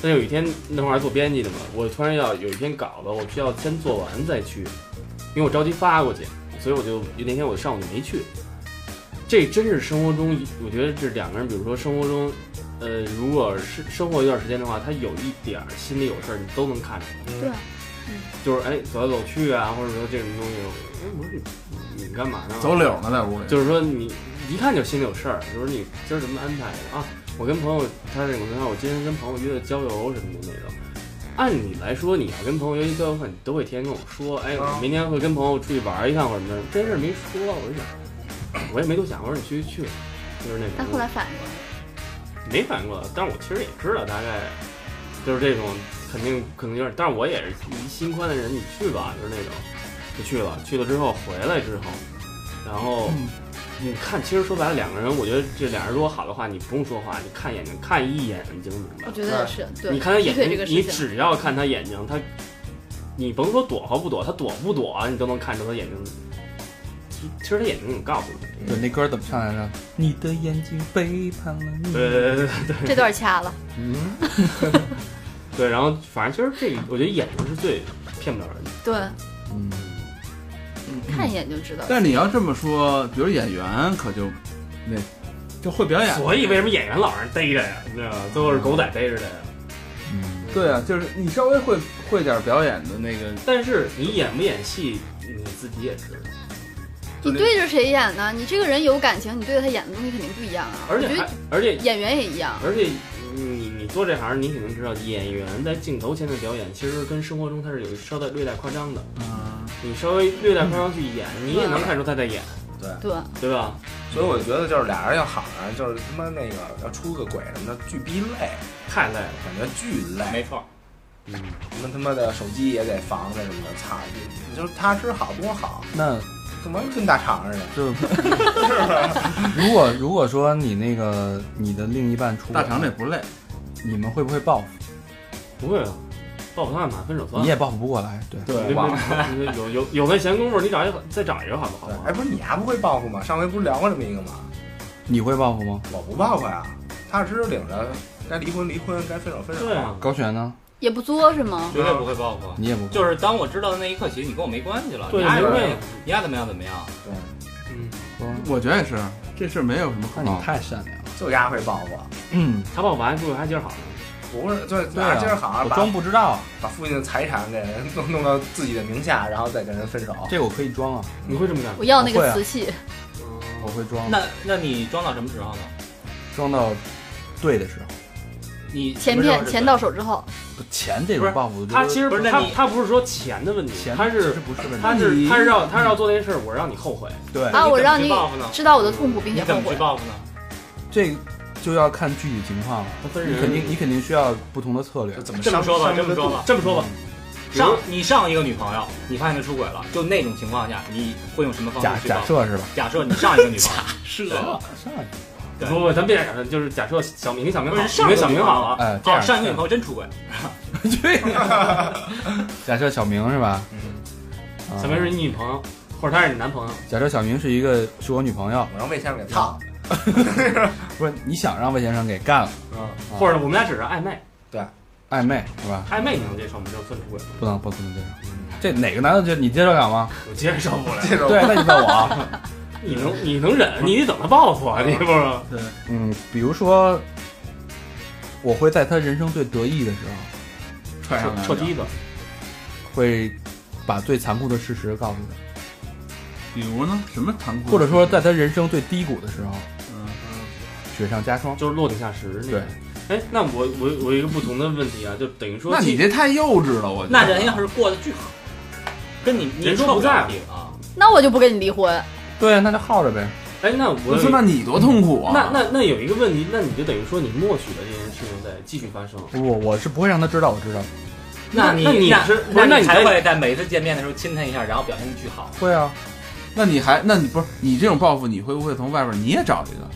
H: 但有一天那会儿还做编辑的嘛，我突然要有一篇稿子，我需要先做完再去，因为我着急发过去，所以我就那天我上午就没去。这真是生活中，我觉得这两个人，比如说生活中，呃，如果是生活一段时间的话，他有一点儿心里有事儿，你都能看出来。
F: 对，啊
H: 就是哎走来走去啊，或者说这种东西，哎，我说你你干嘛呢？
C: 走柳呢，在屋里。
H: 就是说你一看就心里有事儿，就是你今儿怎么安排的啊？我跟朋友，他那种说，我今天跟朋友约的郊游什么的那种。按理来说，你要跟朋友约一郊游的话，你都会提前跟我说，哎，我明天会跟朋友出去玩一趟或者什么的。这事儿没说，我就想，我也没多想，我说你去就去，就是那种。
F: 但后来反应过来了，
H: 没反应过来，但是我其实也知道大概就是这种肯定可能有点，但是我也是一心宽的人，你去吧，就是那种就去了，去了之后回来之后，然后你看，其实说白了，两个人，我觉得这俩人如果好的话，你不用说话，你看眼睛，看一眼你就能明白
F: 我。觉得也是。哦对，
H: 你看他眼
F: 劈腿这
H: 睛
F: 个，
H: 你
F: 事情，
H: 只要看他眼睛，他你甭说躲和不躲，他躲不躲啊，你都能看出他眼睛。其其实他眼睛能告诉你。
B: 对，那歌怎么唱来着？你的眼睛背叛了你。
H: 对对对对。
F: 这段掐了。
H: 对，然后反正就是这个，我觉得眼睛是最骗不了人的。
F: 对，
B: 嗯，
H: 嗯
F: 看一眼就知道。
C: 但是你要这么说，比如演员可就那就会表演。
H: 所以为什么演员老让人逮着呀？你知道吗？最后是狗仔逮着的呀。
C: 对啊，就是你稍微会会点表演的那个，
H: 但是你演不演戏，你自己也知道。
F: 你对着谁演呢？你这个人有感情，你对着他演的东西肯定不一样啊。
H: 而且
F: 我觉
H: 还
F: 得，
H: 而且，
F: 演员也一样。
H: 而且你你做这行，你肯定知道，演员在镜头前的表演，其实跟生活中他是有稍带略带夸张的。你稍微略带夸张去演，你也能看出他在演，
F: 对，
H: 对吧？
E: 所以我觉得就是俩人要好上，就是他妈那个要出个轨什么的，巨逼累，
H: 太累了。
E: 感觉巨累。
G: 没错，
E: 什么他妈的手机也得防着什么的，操！你你就踏实好多好，
B: 那
E: 怎么跟大肠似的？
B: 就是 如果如果说你那个你的另一半出轨
C: 大肠这，不累，
B: 你们会不会报复？
H: 不会啊，报复他干嘛？分手算
B: 你
H: 了。
B: 也报复不过来，对。
H: 对
E: 忘
H: 吧？ 有有有那闲工夫，你找一个再找一个好不好
E: 对？哎，不是你还不会报复吗？上回不是聊过这么一个吗？
B: 你会报复吗？
E: 我不报复呀，踏实领着，该离婚离婚，该分手分手。
H: 对啊，
B: 高璇呢？
F: 也不作是吗？
G: 绝对不会报复。
B: 你也不
G: 就是当我知道的那一刻起，你跟我没关系了，
H: 对
G: 你爱
H: 没
G: 怎么
H: 关系
G: 样，你爱怎么样怎么样。
E: 对，
H: 嗯，
C: 我觉得也是，这事儿没有什么可
B: 那
C: 能
B: 你。太善良了。
E: 就丫会报复，
B: 嗯，
H: 他报复完，不还今儿好呢？
E: 不是，就是
B: 对
E: 俩
B: 啊
E: 人今儿好像
B: 我
E: 把
B: 装不知道，啊
E: 把父亲的财产给弄弄到自己的名下，然后再跟人分手。
B: 这我可以装啊，
H: 你会这么干吗？
F: 我要那
B: 我会
F: 个
B: 啊
F: 瓷器，
B: 我会装，
G: 那那你装到什么时候呢？
B: 装到对的时候。
G: 你什
F: 钱
G: 么时候
F: 骗
G: 是
F: 钱
G: 对
F: 到手之后，
B: 不钱这
H: 不
B: 种
H: 是
B: 报复，我觉
H: 他
B: 得
H: 其实
G: 不是那
H: 他
G: 你
H: 他不是说钱的问题，
B: 钱
H: 他
B: 其
H: 是
B: 实不是问题。
H: 他是他是要他是要做那事儿，我哎让你后悔。
B: 对
F: 啊，我让
G: 你
F: 你
G: 怎么去报复呢
F: 知道我的痛苦并
G: 你
F: 且
G: 怎
F: 后
G: 么
F: 悔
G: 去。报复呢？
B: 这个就要看具体情况了，
H: 他分
B: 你
H: 人
B: 肯定你肯定需要不同的策略
E: 就。怎么
G: 这么
E: 伤
G: 说吧，
E: 伤
G: 这么
E: 得
G: 说
E: 住
G: 吧，
H: 这么说吧，比如
G: 上你上一个女朋友，你发现她出轨了，就那种情况下，你会用什么方
B: 假
G: 式去报
B: 假
G: 复？
B: 设是吧？
G: 假设你上一个女朋友，
H: 哦
B: 设上一个
H: 不
G: 对
H: 不，不咱别假设，就是假设小明小明好，
G: 不是上
H: 你跟小明好了，
B: 哎，这
G: 哦，
B: 样
G: 上一个女朋友真出轨，
B: 假设小明是吧？嗯
H: 小明是你女朋友，或者他是你男朋友，
B: 假设小明是一个是我女朋友，
E: 我让魏先生给操，
B: 不是你想让魏先生给干了，
H: 嗯，或者我们俩只是暧昧，
B: 暧昧是吧？
H: 暧昧你能接受吗？就算出轨吗，
B: 不能不能接受，
H: 嗯
B: 这哪个男的接你接受了吗？
H: 我接受不了。
E: 这种
B: 对，那你问我，啊
H: 你能你能忍，你得等他报复啊，你不是？
B: 嗯，比如说，我会在他人生最得意的时候，
C: 踹上来
H: 彻底的，
B: 会把最残酷的事实告诉他。
C: 比如呢，什么残酷？
B: 或者说在他人生最低谷的时候，
C: 嗯，
B: 雪上加霜。
H: 就是落井下石那
B: 对
H: 个。，哎，那我我我有一个不同的问题啊，就等于说，
C: 那你这太幼稚了，我觉得。
G: 那人要是过得巨好，跟你你
H: 人说
G: 说
H: 不在乎
G: 啊，
F: 那我就不跟你离婚。
B: 对，啊那就耗着呗。
H: 哎，那我
C: 我说那你多痛苦啊！
H: 那那那有一个问题，那你就等于说你默许了这件事情在继续发生。
B: 不，我是不会让他知道我知道。
G: 那
H: 那你
G: 那
H: 是不
G: 那
H: 是那你
G: 才
H: 在
G: 会在每一次见面的时候亲他一下，然后表现巨好。
B: 会啊，
C: 那你还那你不是你这种报复，你会不会从外边你也找一个？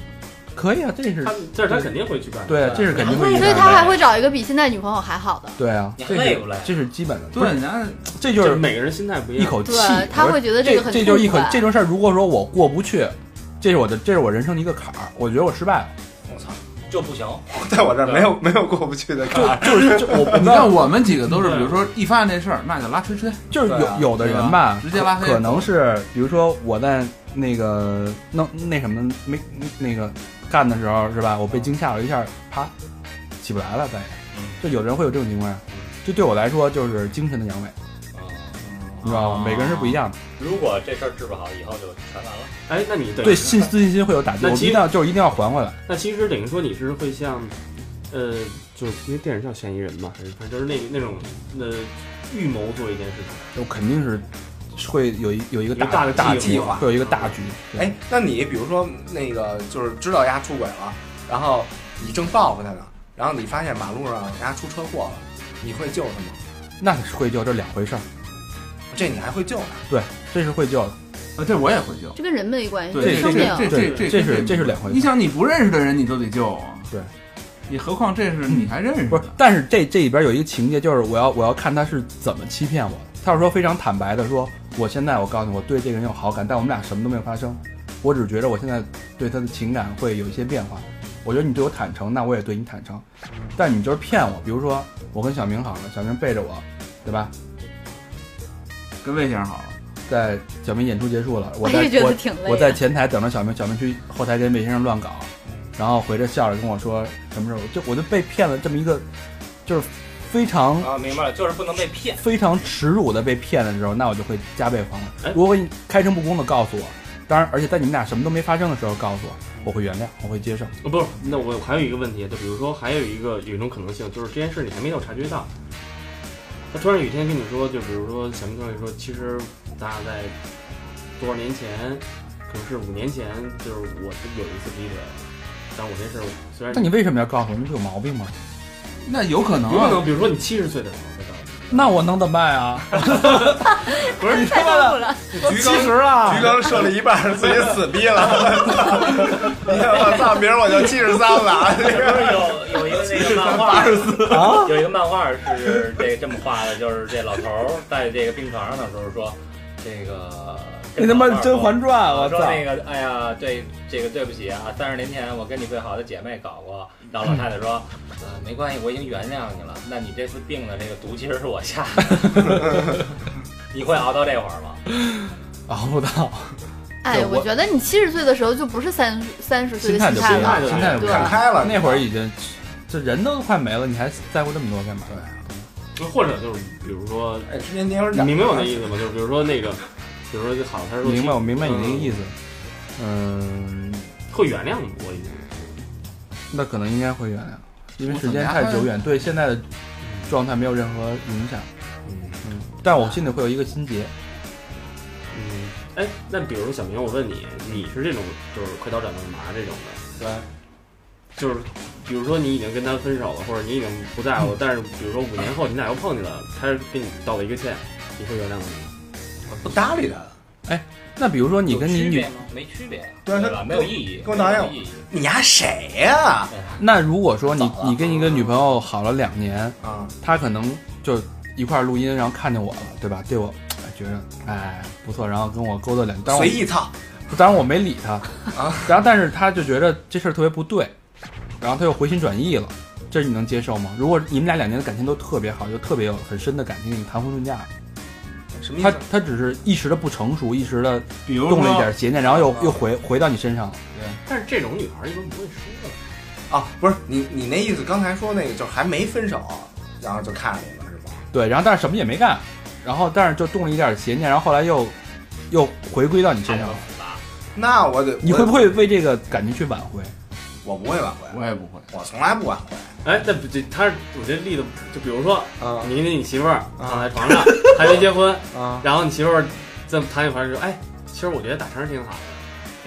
B: 可以啊，这是
H: 他这是他肯定会去干的。
B: 对，啊这是肯定会遇到
F: 所以
B: 的。
F: 他还会找一个比现在女朋友还好的。
B: 对啊，
G: 你还
B: 这
G: 累
B: 是
G: 不累
B: 这是基本的，不
C: 对，
B: 是
C: 人家
B: 这就
H: 就是
B: 是
H: 每个人心态不一
B: 一
H: 样。
B: 口气
F: 对，，啊他
B: 我
F: 会觉得
B: 这
F: 个很
B: 这就是一口
F: 痛快啊
B: 这种事儿，如果说我过不去，这是我的这是我人生的一个坎儿，我觉得我失败了。
E: 我操，
G: 这不行，
E: 在我这儿没有没
G: 啊
E: 有过不去的坎 儿，
B: 就是就我
C: 你
B: 你
C: 看我们几个都是，比如说一发现这事儿，那就拉吹吹。
B: 就是
E: 对啊
B: 有有的人吧，
C: 对吧直接拉黑
B: 可可能是比如说我在那个弄那什么没那个干的时候是吧，我被惊吓了一下，啪起不来了，再就有的人会有这种情况呀。这对我来说就是精神的阳痿，你知
G: 哦
B: 道吗？每个人是不一样的，
G: 啊如果这事儿治不好，以后就全完了。
H: 哎，那你对
B: 对信自信心会有打击，
H: 那
B: 我一
H: 其实
B: 定要就是一定要还回来。
H: 那其实等于说你是会像，呃，就是那电影叫嫌疑人嘛，还是反正就是那那种呃预谋做一件事情，
B: 我肯定是会有一有一个
H: 一个
B: 大
H: 大的
B: 大
H: 计
E: 划
B: 会有一个大局。对，
E: 哎，那你比如说那个就是知道丫出轨了，然后你正报复他呢，然后你发现马路上丫出车祸了，你会救他吗？
B: 那是会救，这两回事儿，
E: 这你还会救他？
B: 对，这是会救的，
C: 啊，这我也会救。
F: 这跟人没关系，跟
C: 对，这
F: 生
C: 这
F: 命。
C: 这这
B: 对这是这是两回事
C: 你想，你不认识的人你都得救啊。
B: 对，
C: 你何况这是你还认识
B: 不是
C: 的。，
B: 但是这这里边有一个情节，就是我要我要看他是怎么欺骗我的。他要说非常坦白的说，我现在我告诉你，我对这个人有好感，但我们俩什么都没有发生，我只是觉得我现在对他的情感会有一些变化。我觉得你对我坦诚，那我也对你坦诚，但你就是骗我。比如说我跟小明好了，小明背着我，对吧？
C: 跟魏先生好，
B: 在小明演出结束了，我
F: 我
B: 在
F: 哎也觉
B: 我
F: 得挺累的。
B: 我在前台等着小明，小明去后台跟魏先生乱搞，然后回着笑着跟我说什么时候，就我就被骗了这么一个，就是非常
G: 啊，明白了，就是不能被骗。
B: 非常耻辱的被骗的时候，那我就会加倍还
H: 哎
B: 我。如果你开诚布公的告诉我，当然，而且在你们俩什么都没发生的时候告诉我，我会原谅，我会接受。
H: 哦、不是？那我还有一个问题，就比如说还有一个有一种可能性，就是这件事你还没有察觉到，他突然有一天跟你说，就比如说小明同学说，其实咱俩在多少年前，可能是五年前，就是我是有一次劈腿，但我这事儿虽然
B: 那你为什么要告诉我？你不有毛病吗？
C: 那有可能
H: 有可
C: 啊。
H: 能，比如说你七十岁的时候再告诉你，
B: 那我能怎么办啊？
E: 不是你
F: 太痛苦 了，
E: 橘刚
B: 了
E: 橘刚射了一半，自己死逼了。 你看我操，明儿我就七十三了。这
G: 不是
E: 个
G: 有有一个那个漫画，
B: 啊
G: 有一个漫画是这这么画的，就是这老头儿在这个病床上的时候说，这个
B: 你他妈《甄
G: 传》
B: 嬛传》，啊我
G: 说
B: 操！
G: 那个，哎呀，对这个对不起啊，三十年前我跟你最好的姐妹搞过。然后老太太 说，呃，没关系，我已经原谅你了。那你这次病的这个毒其实是我 下的。你会熬到这会儿吗？
B: 熬不到，
F: 哎，
B: 对我
F: 我觉得你七十岁的时候就不是三十三十岁
B: 心
F: 的
B: 态就
F: 心
B: 不一
F: 了
B: 样，，心态就不一
E: 看
F: 啊
B: 样。
E: 开了，
B: 那会儿已经，这人都快没了，你还在乎这么多干嘛？
H: 或者就是比如说
E: 哎，之前那会儿
H: 你明白我那意思吗？就是比如说那个，比如说好，他说
B: 明白，我明白你那个意
H: 思，
B: 思。嗯，
H: 会原谅我一点。
B: 那可能应该会原谅，因为时间太久远，对现在的状态没有任何影响。嗯，但我心里会有一个心结，
H: 嗯，哎，那比如说小明，我问你，你是这种就是快刀斩乱麻这种的，
E: 对，
H: 就是比如说你已经跟他分手了，或者你已经不在乎 了，但是比如说五年后你俩又碰见了，他给你道了一个歉，你会原谅吗？
E: 我不搭理他了。
B: 那比如说你跟你
G: 有区
B: 女
G: 别，吗？没区别，
B: 啊
E: 对他
G: 吧？没有意义，
E: 跟我男友
G: 没有意义。
E: 你丫谁呀？
B: 那如果说你
E: 早了
B: 你跟一个女朋友好了两年，
E: 啊，
B: 她可能就一块儿录音，然后看见我了，对吧？对我。哎觉得哎不错，然后跟我勾搭两，当
E: 随
B: 然
E: 意操，
B: 我当然我没理她，然后但是她就觉得这事儿特别不对，然后她又回心转意了，这你能接受吗？如果你们俩两年的感情都特别好，就特别有很深的感情，你谈婚论嫁，
E: 什么意
B: 他
E: 思？
B: 他只是一时的不成熟，一时的
C: 比如
B: 动了一点
C: 说，
B: 邪念，然后又又回回到你身上了。
H: 但是这种女孩一般不会说的。
E: 啊，不是你你那意思，刚才说那个就是还没分手，然后就看你了是吧？
B: 对，然后但是什么也没干，然后但是就动了一点邪念，然后后来又又回归到你身上了。
E: 那我得
B: 你会不会为这个感情去挽回？
E: 我？我不会挽回，啊
C: 我也不会。
E: 我从来不挽回。
H: 哎，那不这他我这例子，就比如说
E: 啊
H: 你跟你媳妇儿躺在床上 还没结婚，
E: 啊
H: 然后你媳妇儿这么谈一谈说，哎，其实我觉得大肠挺好的，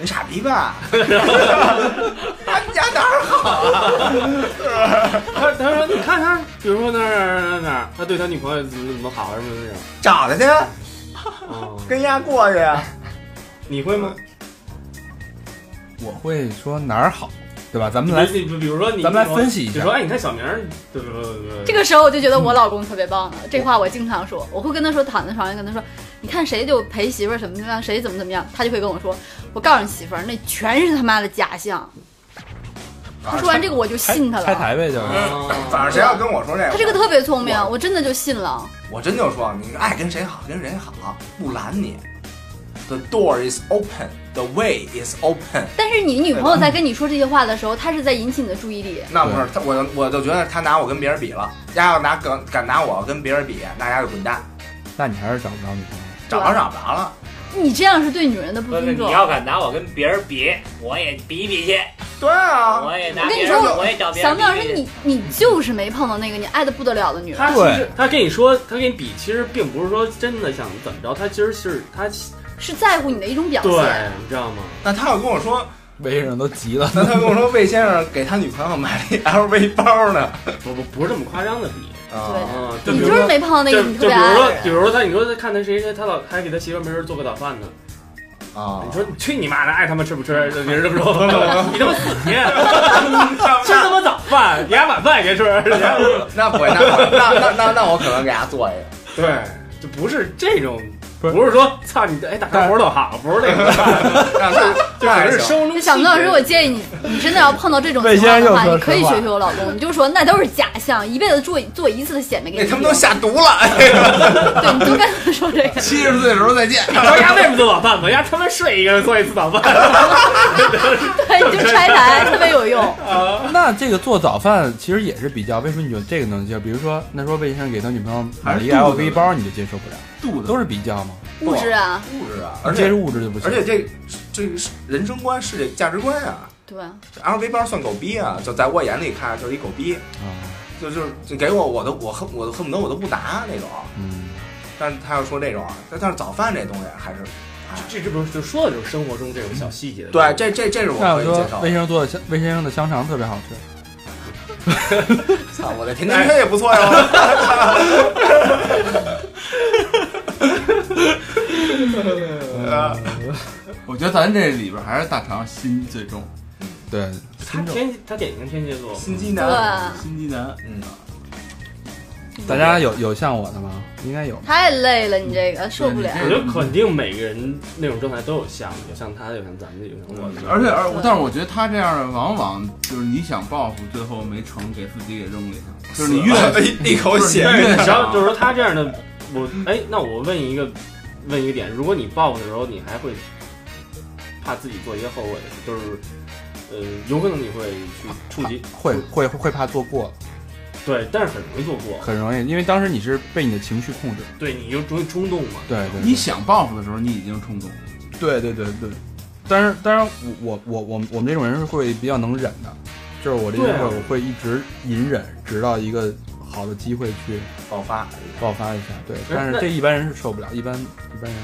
E: 你傻逼 吧？他们家哪儿好啊？
H: 他他说你看他，比如说那儿那儿那儿，他对他女朋友怎么怎么好什么那种。
E: 找他去，
H: 哦，
E: 跟人家过去啊。
H: 你会吗？
B: 我会说哪儿好，对吧？咱们来，
H: 比比如说你，
B: 咱们来分析一
H: 你
B: 下
H: 说，。哎，你看小明儿，呃对对对对，
F: 这个时候我就觉得我老公特别棒了，这话我经常说，我会跟他说躺在床上跟他说，你看谁就陪媳妇儿怎么怎么样，谁怎么怎么样，他就会跟我说，我告诉你媳妇儿，那全是他妈的假象。他说完这个我就信他嗯
B: 拆
F: 了，
B: 台呗，就是。
E: 反正谁要跟我说这个，
F: 他这个特别聪明，
E: 我
F: 我真的就信了。
E: 我真就说你爱跟谁好跟谁好，不拦你。The door is open, the way is open。
F: 但是你女朋友在跟你说这些话的时候，她是在引起你的注意力。
E: 那不是他，我我就觉得他拿我跟别人比了，丫要拿敢敢拿我跟别人比，那丫就滚蛋，
B: 那你还是找不着女朋友。
E: 找着找不着了。
F: 你这样是对女人的不
G: 不是
F: 尊
G: 你
F: 重。
G: 要敢拿我跟别人比，我也比比去，
E: 对啊，
G: 我也拿
F: 我跟你
G: 别
F: 说
G: 人，我也找别
F: 小
G: 人
F: 明老师，
G: 比比去。
F: 你你就是没碰到那个你爱的不得了的女人。
H: 他其
B: 对
H: 实他跟你说，他跟你比，其实并不是说真的想怎么着，他其实是他
F: 是在乎你的一种表现。
H: 对，你知道吗？
E: 那他要跟我说，
B: 魏先生都急了，
E: 那他跟我说魏先生给他女朋友买了一 LV 包呢。
H: 不不不是这么夸张的比，
E: 啊，
H: 嗯，就
F: 你
H: 比
F: 就
H: 如
F: 是
H: 说，
F: 没碰到那
H: 就
F: 个你特
H: 就
F: 别
H: 比如
F: 爱。
H: 说，比如说他，你说他看他谁谁，他老还给他媳妇儿没事做个早饭呢。
E: 啊
B: 哦
H: 你说你去你妈的，爱他妈吃不吃？就别人这么说， 你他妈死去，吃他妈早饭，你还晚饭也别吃。
E: 那不会，那不会那那那那我可能给他做一个。
H: 对，就不是这种，
B: 不是
H: 不是说操你哎大家伙儿都好，不是那个，
E: 那那
H: 就只
E: 那
H: 是
E: 收
H: 生
F: 那
H: 中。
F: 小明老师，我建议你，你真的要碰到这种情况的话，你可以学学我老公，你就说那都是假象，一辈子做做一次的显摆给
E: 那
F: 你
E: 他
F: 听。
E: 们都下毒 了。
F: 对，你就跟他说这 个。
E: 七十岁的时候再见。
H: 说丫为什么做早饭吧？丫他妈睡一个人做一次早饭，
F: 对，你就拆台，特别有用。
B: 那这个做早饭其实也是比较。为什么你觉得这个能接受？比如说，那说魏先生给他女朋友买了一
C: 还是肚子
B: LV 包，你就接受不了，
C: 肚子
B: 都是比较嘛，
F: 物质啊，
E: 物质啊，
B: 你
E: 而
B: 接
E: 且
B: 受物质就不行。
E: 而且这这个是人生观、世界价值观啊，
F: 对，
E: 这 LV 包算狗逼啊！就在我眼里看就是一狗逼，
B: 啊，
E: 就就是就给我我都我恨我都恨不得我都不拿那种。
B: 嗯，
E: 但是他要说这种，啊但但是早饭这东西还是，哎，
H: 这这不是就说的就是生活中这种小细节的。
E: 对，这这这是我
B: 那
E: 可
B: 我
E: 以
B: 说
E: 接受
B: 魏先
E: 的。
B: 生做的香魏先生的香肠特别好吃，
E: 操，我的甜甜圈也不错 哟。呃
C: 我觉得咱这里边还是大肠心最重，
B: 对，
H: 他天他典型天蝎座，
E: 心机
F: 对，
E: 男，
C: 心机男。
E: 嗯，
B: 大家有有像我的吗？应该有。
F: 太累了，你这个受不了。
H: 我觉得肯定每个人那种状态都有像，有像他的，有像咱们的，有像我的。
C: 而且而
F: 对
C: 但是我觉得他这样的往往就是你想报复，最后没成，给自己给扔里头，就 是你越
E: 一一口血，
C: 对
H: 你知道，就是说他这样的，我哎，那我问一个，问一个点，如果你报复的时候，你还会怕自己做一些后悔，就是呃，有可能你会去触及，
B: 会会会怕做过，
H: 对，但是很容易做过，
B: 很容易，因为当时你是被你的情绪控制。
H: 对，你就容易冲动嘛。
B: 对对，
C: 你想报复的时候，你已经冲动了。
B: 对对对对，但是但是我我我我们我们这种人是会比较能忍的，就是我这
H: 对
B: 件
H: 啊
B: 事我会一直隐忍，直到一个好的机会去
E: 爆发。
B: 爆发一下。
C: 哎
B: 对，
H: 是
B: 但是
H: 那
B: 这一般人是受不了，一般一般人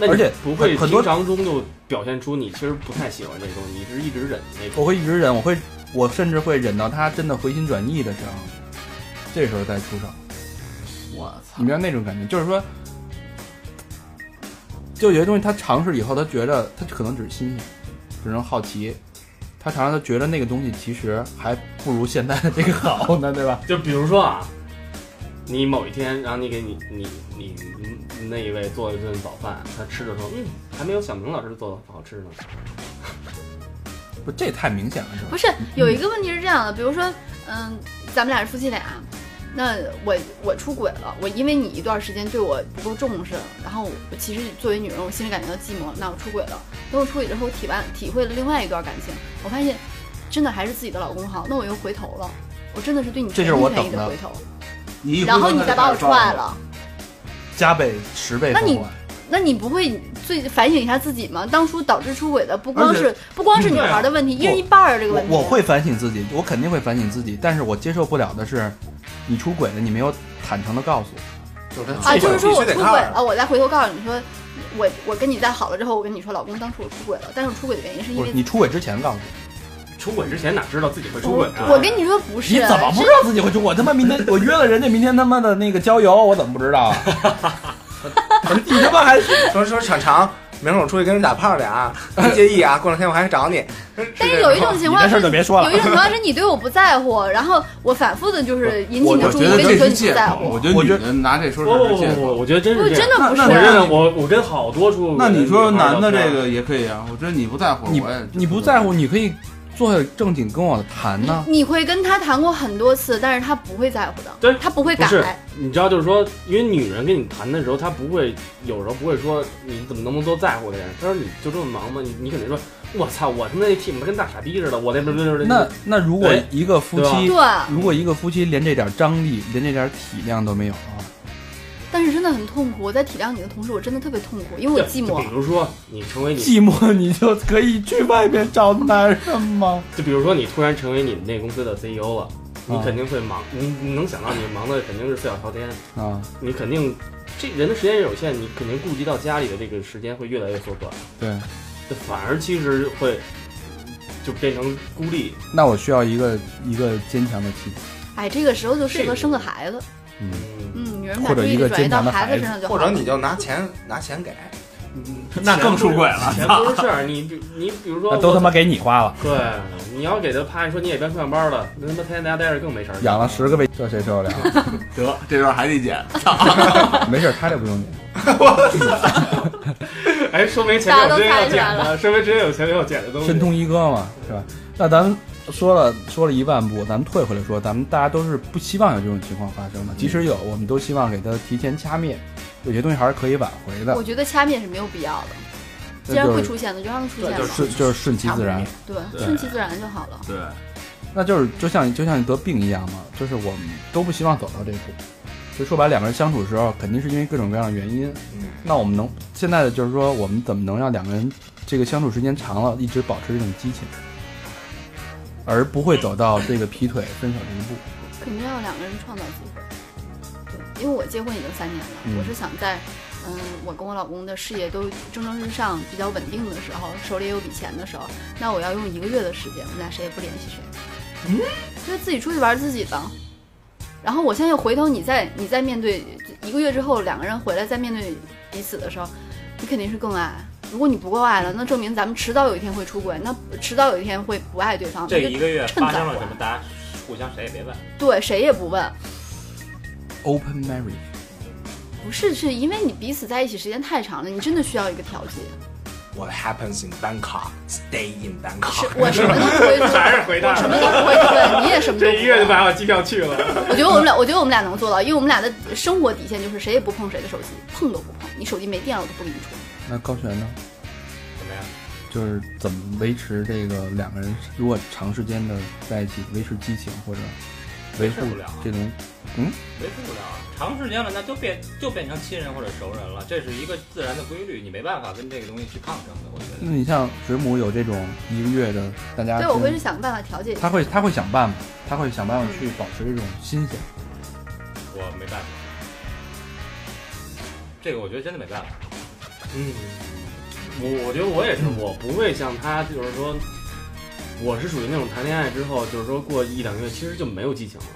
H: 那你
B: 而且
H: 不会
B: 很很多
H: 平常中就表现出你其实不太喜欢这种，你是一直忍的那种。
B: 我会一直忍，我会我甚至会忍到他真的回心转意的时候，这时候再出手。
C: 我
B: 你
C: 操！
B: 明白那种感觉，就是说。就有些东西，他尝试以后，他觉得他可能只是新鲜，只能好奇，他尝试，他觉得那个东西其实还不如现在的这个好呢，对吧？
H: 就比如说啊，你某一天，然后你给你你你你那一位做一顿早饭，他吃的时候，嗯，还没有小明老师做的好吃呢。
B: 不，这太明显了，是吧？
F: 不是有一个问题是这样的，比如说，嗯，咱们俩是夫妻俩，那我我出轨了，我因为你一段时间对我不够重视，然后我其实作为女人，我心里感觉到寂寞，那我出轨了。等我出轨之后，我体完体会了另外一段感情，我发现真的还是自己的老公好，那我又回头了，我真的是对你
B: 这
F: 全
B: 就是我
F: 心全意
B: 等
F: 的
B: 的
F: 回头，
C: 你一
F: 然后
C: 回头
F: 你再把我踹，了，
B: 加倍、十倍
F: 那你
B: 奉还
F: 那你不会最反省一下自己吗？当初导致出轨的不光
C: 而且
F: 是不光是女孩的问题，一人一半儿这个问题。啊
B: 我我会反省自己，我肯定会反省自己，但是我接受不了的是，你出轨了，你没有坦诚的告诉我。
E: 就是他
F: 啊，就是说
E: 必
F: 我
E: 须得
F: 出轨
E: 看
F: 了，我再回头告诉你说，我我跟你在好了之后，我跟你说，老公当初我出轨了，但是我出轨的原因是因
B: 不是
F: 为
B: 你出轨之前告诉我，
H: 出轨之前哪知道自己会出
F: 我
H: 轨啊？
F: 我跟你说不是，
B: 你怎么不知道自己会出轨？我他妈明天我约了人家，明天他妈的那个郊游，我怎么不知道啊？ 不是你他妈还
E: 说说厂长，明儿我出去跟人打炮去 啊，别介意啊，过两天我还找你。
F: 但是有一种情况
B: 你这事
F: 是
B: 儿就别说了
F: 有一种情况是你对我不在乎，然后我反复的就是引起
C: 我
F: 你的
C: 我
F: 注
C: 觉
F: 意，
C: 得
F: 跟
C: 这
F: 你说
C: 是
F: 你
C: 借
F: 不在
C: 口，
F: 乎。
C: 我觉得
B: 我
C: 女
B: 觉
C: 人拿这说事
H: 不
C: 儿
H: 不
C: 是借
H: 不不，
C: 口。
H: 我觉得真
F: 不
H: 是这
F: 真
H: 样。
F: 的不是
H: 我真
F: 啊，
H: 的，我我跟好多出轨
C: 那你说
H: 女孩
C: 男
H: 聊
C: 的
H: 天
C: 这个也可以啊，我觉得你不在乎，
B: 你
C: 我也
B: 你不在乎，你可以坐下正经跟我谈呢。
F: 你会跟他谈过很多次，但是他不会在乎的，
H: 对
F: 他不会
H: 不
F: 改。
H: 是，你知道，就是说，因为女人跟你谈的时候，她不会有时候不会说你怎么那么多在乎的人。她说你就这么忙吗？你你肯定说，我操，我他妈那 team 跟大傻逼似的，我那边边边
B: 那那如果一个夫
F: 对
B: 妻，，如果一个夫妻连这点张力、连这点体谅都没有啊，
F: 但是真的很痛苦。我在体谅你的同时，我真的特别痛苦，因为我寂寞
H: 比。如说你成为你，
B: 寂寞你就可以去外面找男人吗？
H: 就比如说你突然成为你们那公司的 CEO 了，你
B: 啊
H: 肯定会忙，你你能想到 E 你忙的肯定是四小朝天，
B: 啊，
H: 你肯定这人的时间也有限，你肯定顾及到家里的这个时间会越来越缩短，
B: 对，
H: 这反而其实会就变成孤立。
B: 那我需要一个一个坚强的妻子，
F: 哎，这个时候就适合生个孩子。
H: 嗯，
F: 嗯，女人把
B: 或者
F: 注意
B: 一个
F: 力转移
B: 坚
F: 到
B: 强的
F: 孩
B: 孩子
F: 子身上就好
E: 或
F: 了。
E: 者你就拿钱拿钱给，
C: 那更出轨了。
H: 钱不是事儿，你比你比如说
B: 那都他妈给你花了，
H: 对，你要给他趴，说你也别上班了，那他妈天天在家待着更没事儿。
B: 养了十个胃，这谁受得了？啊
C: 得这段还得剪，
B: 没事，他这不用你。
H: 哎，说明前
F: 大家
H: 面有
F: 都
H: 真有
F: 猜出来
H: 捡的，说明真有前面有捡的东西
B: 神。通一哥嘛，是吧？那咱们说了说了一万步，咱们退回来说，咱们大家都是不希望有这种情况发生的。即使有，我们都希望给他提前掐灭，有些东西还是可以挽回的
F: 我。觉得掐灭是没有必要的，既
B: 那
F: 然
B: 就
F: 会
B: 是
F: 出现的，就让它出现吧。
B: 顺就是顺其自然，
F: 对，
C: 对
F: 顺其自然就好了。
C: 对，
B: 那就是就像就像得病一样嘛，就是我们都不希望走到这一步。所以说白了，两个人相处的时候，肯定是因为各种各样的原因。
E: 嗯，
B: 那我们能现在的就是说，我们怎么能让两个人这个相处时间长了，一直保持这种激情，而不会走到这个劈腿分手这一步？
F: 肯定要两个人创造机会。对，因为我结婚已经三年了，
B: 嗯
F: 我是想在，嗯，我跟我老公的事业都蒸蒸日上、比较稳定的时候，手里也有笔钱的时候，那我要用一个月的时间，我们俩谁也不联系谁，嗯，就是自己出去玩自己的。然后我相信回头你再你再面对一个月之后两个人回来再面对彼此的时候，你肯定是更爱。如果你不够爱了，那证明咱们迟早有一天会出轨，那迟早有一天会不爱对方。
G: 这
F: 那就
G: 一个月
F: 趁早
G: 发生了什
F: 吧
G: 么，大家互相谁也别问。
F: 对谁也不问，
B: open marriage。
F: 不是，是因为你彼此在一起时间太长了，你真的需要一个调剂。
E: What happens in Bangkok, stay in
F: 是
E: Bangkok。
F: 我什么都不会说，
H: 还是回答
F: 我什么都不会说，你也什么都
H: 这
F: 不
H: 一月就
F: 会。
H: 买好机票去了，
F: 我觉得我们俩，我觉得我们俩能做到，因为我们俩的生活底线就是谁也不碰谁的手机，碰都不碰。你手机没电了，我都不给你充。
B: 那高璇呢？
G: 怎么样？
B: 就是怎么维持这个两个人如果长时间的在一起维持激情或者维护
G: 维持不了啊
B: 这种
G: 维持不了啊，长时间了，那就变就变成亲人或者熟人了，这是一个自然的规律，你没办法跟这个东西去抗争的，我觉
B: 那
F: 嗯
G: 得。
B: 你像水母有这种一个月的大家
F: 对，我会
B: 跟
F: 是想办法调节一下。
B: 他会他会想办法，他会想办法去保持这种新鲜。
G: 嗯我没办法，这个我觉得真的没办法。
H: 嗯， 我我觉得我也是，我不会像他，就是说，我是属于那种谈恋爱之后，就是说过一两个月其实就没有激情了。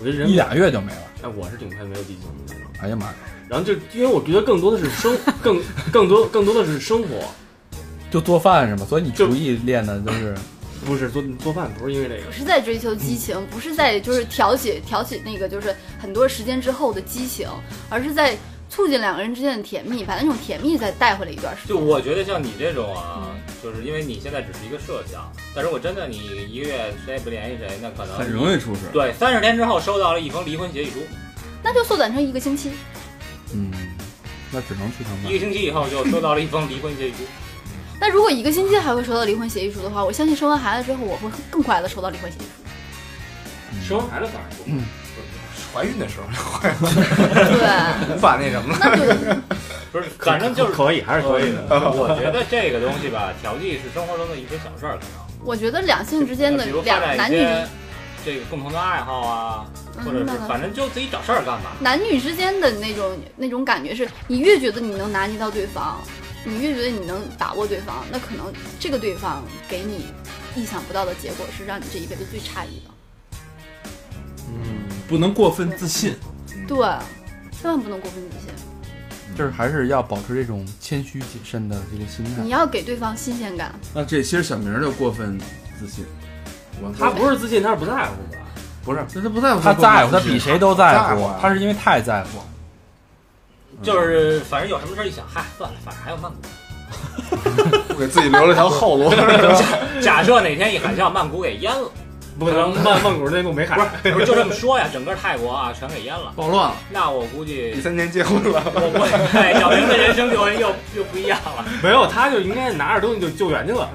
H: 我觉得人
B: 一俩月就没了，
H: 哎，我是挺快没有激情的那种。
B: 哎呀妈呀，
H: 然后就因为我觉得更多的是生， 更更多更多的是生活，
B: 就做饭是吧？所以你
H: 就
B: 厨艺练 的就是
H: 不是做做饭，不是因为这个
F: 不。是在追求激情，不是在就是挑起挑起那个就是很多时间之后的激情，而是在促进两个人之间的甜蜜，把那种甜蜜再带回来一段时间。
G: 就我觉得像你这种啊，
F: 嗯
G: 就是因为你现在只是一个设想，但是我真的你一个月谁也不联系谁，那可能
C: 很容易出事。
G: 对，三十天之后收到了一封离婚协议
F: 嗯
G: 书，
F: 那就缩短成一个星期。
B: 嗯，那只能去他
G: 一个
B: 们。
G: 星期以后就收到了一封离婚协议书。
F: 那如果一个星期还会收到离婚协议书的话，我相信生完孩子之后，我会更快的收到离婚协议书。
H: 生完孩子反而
D: 嗯
H: 不
E: 怀孕的时 候
F: 对，
E: 无法那什么了。
F: 那就
G: 不是，反正就是
H: 可以，还是可以的。
G: 我觉得这个东西吧，调剂是生活中的一些小事儿，可能。
F: 我觉得两性之间 的
G: 比如发
F: 两
G: 展
F: 男
G: 一
F: 女
G: 些这个共同的爱好啊，或者
F: 嗯
G: 是
F: 那倒
G: 反正就自己找事儿干吧。
F: 男女之间的那种那种感觉是，你越觉得你能拿捏到对方，你越觉得你能把握对方，那可能这个对方给你意想不到的结果是让你这一辈子最诧异的。
C: 不能过分自信。
F: 对，千万不能过分自信，
B: 就是还是要保持这种谦虚谨慎的这个心
G: 嗯
B: 态
F: 你。要给对方新鲜感。
C: 那这其实小明儿就过分自信，
E: 我
D: 他不是自信，他是不在乎吧？
E: 不是
C: 那他不在乎
B: 他在乎，
C: 过
B: 他
C: 分自
B: 比
C: 信
B: 谁都在
E: 在乎
B: 乎
E: 啊，
B: 他是因为太在乎。
H: 嗯
G: 就是反正有什么事儿一想，嗨，算了，反正还有曼谷。
E: 我给自己留了条后路，
G: 假设哪天一海啸，曼谷给淹了，
D: 不能曼曼谷内陆没海，
G: 不是就这么说呀？整个泰国啊，全给淹了。
C: 暴乱了。
G: 那我估计
E: 第三年结婚了，
G: 我我哎，小明的人生就又又不一样了，
D: 没有他就应该拿着东西就救援去了。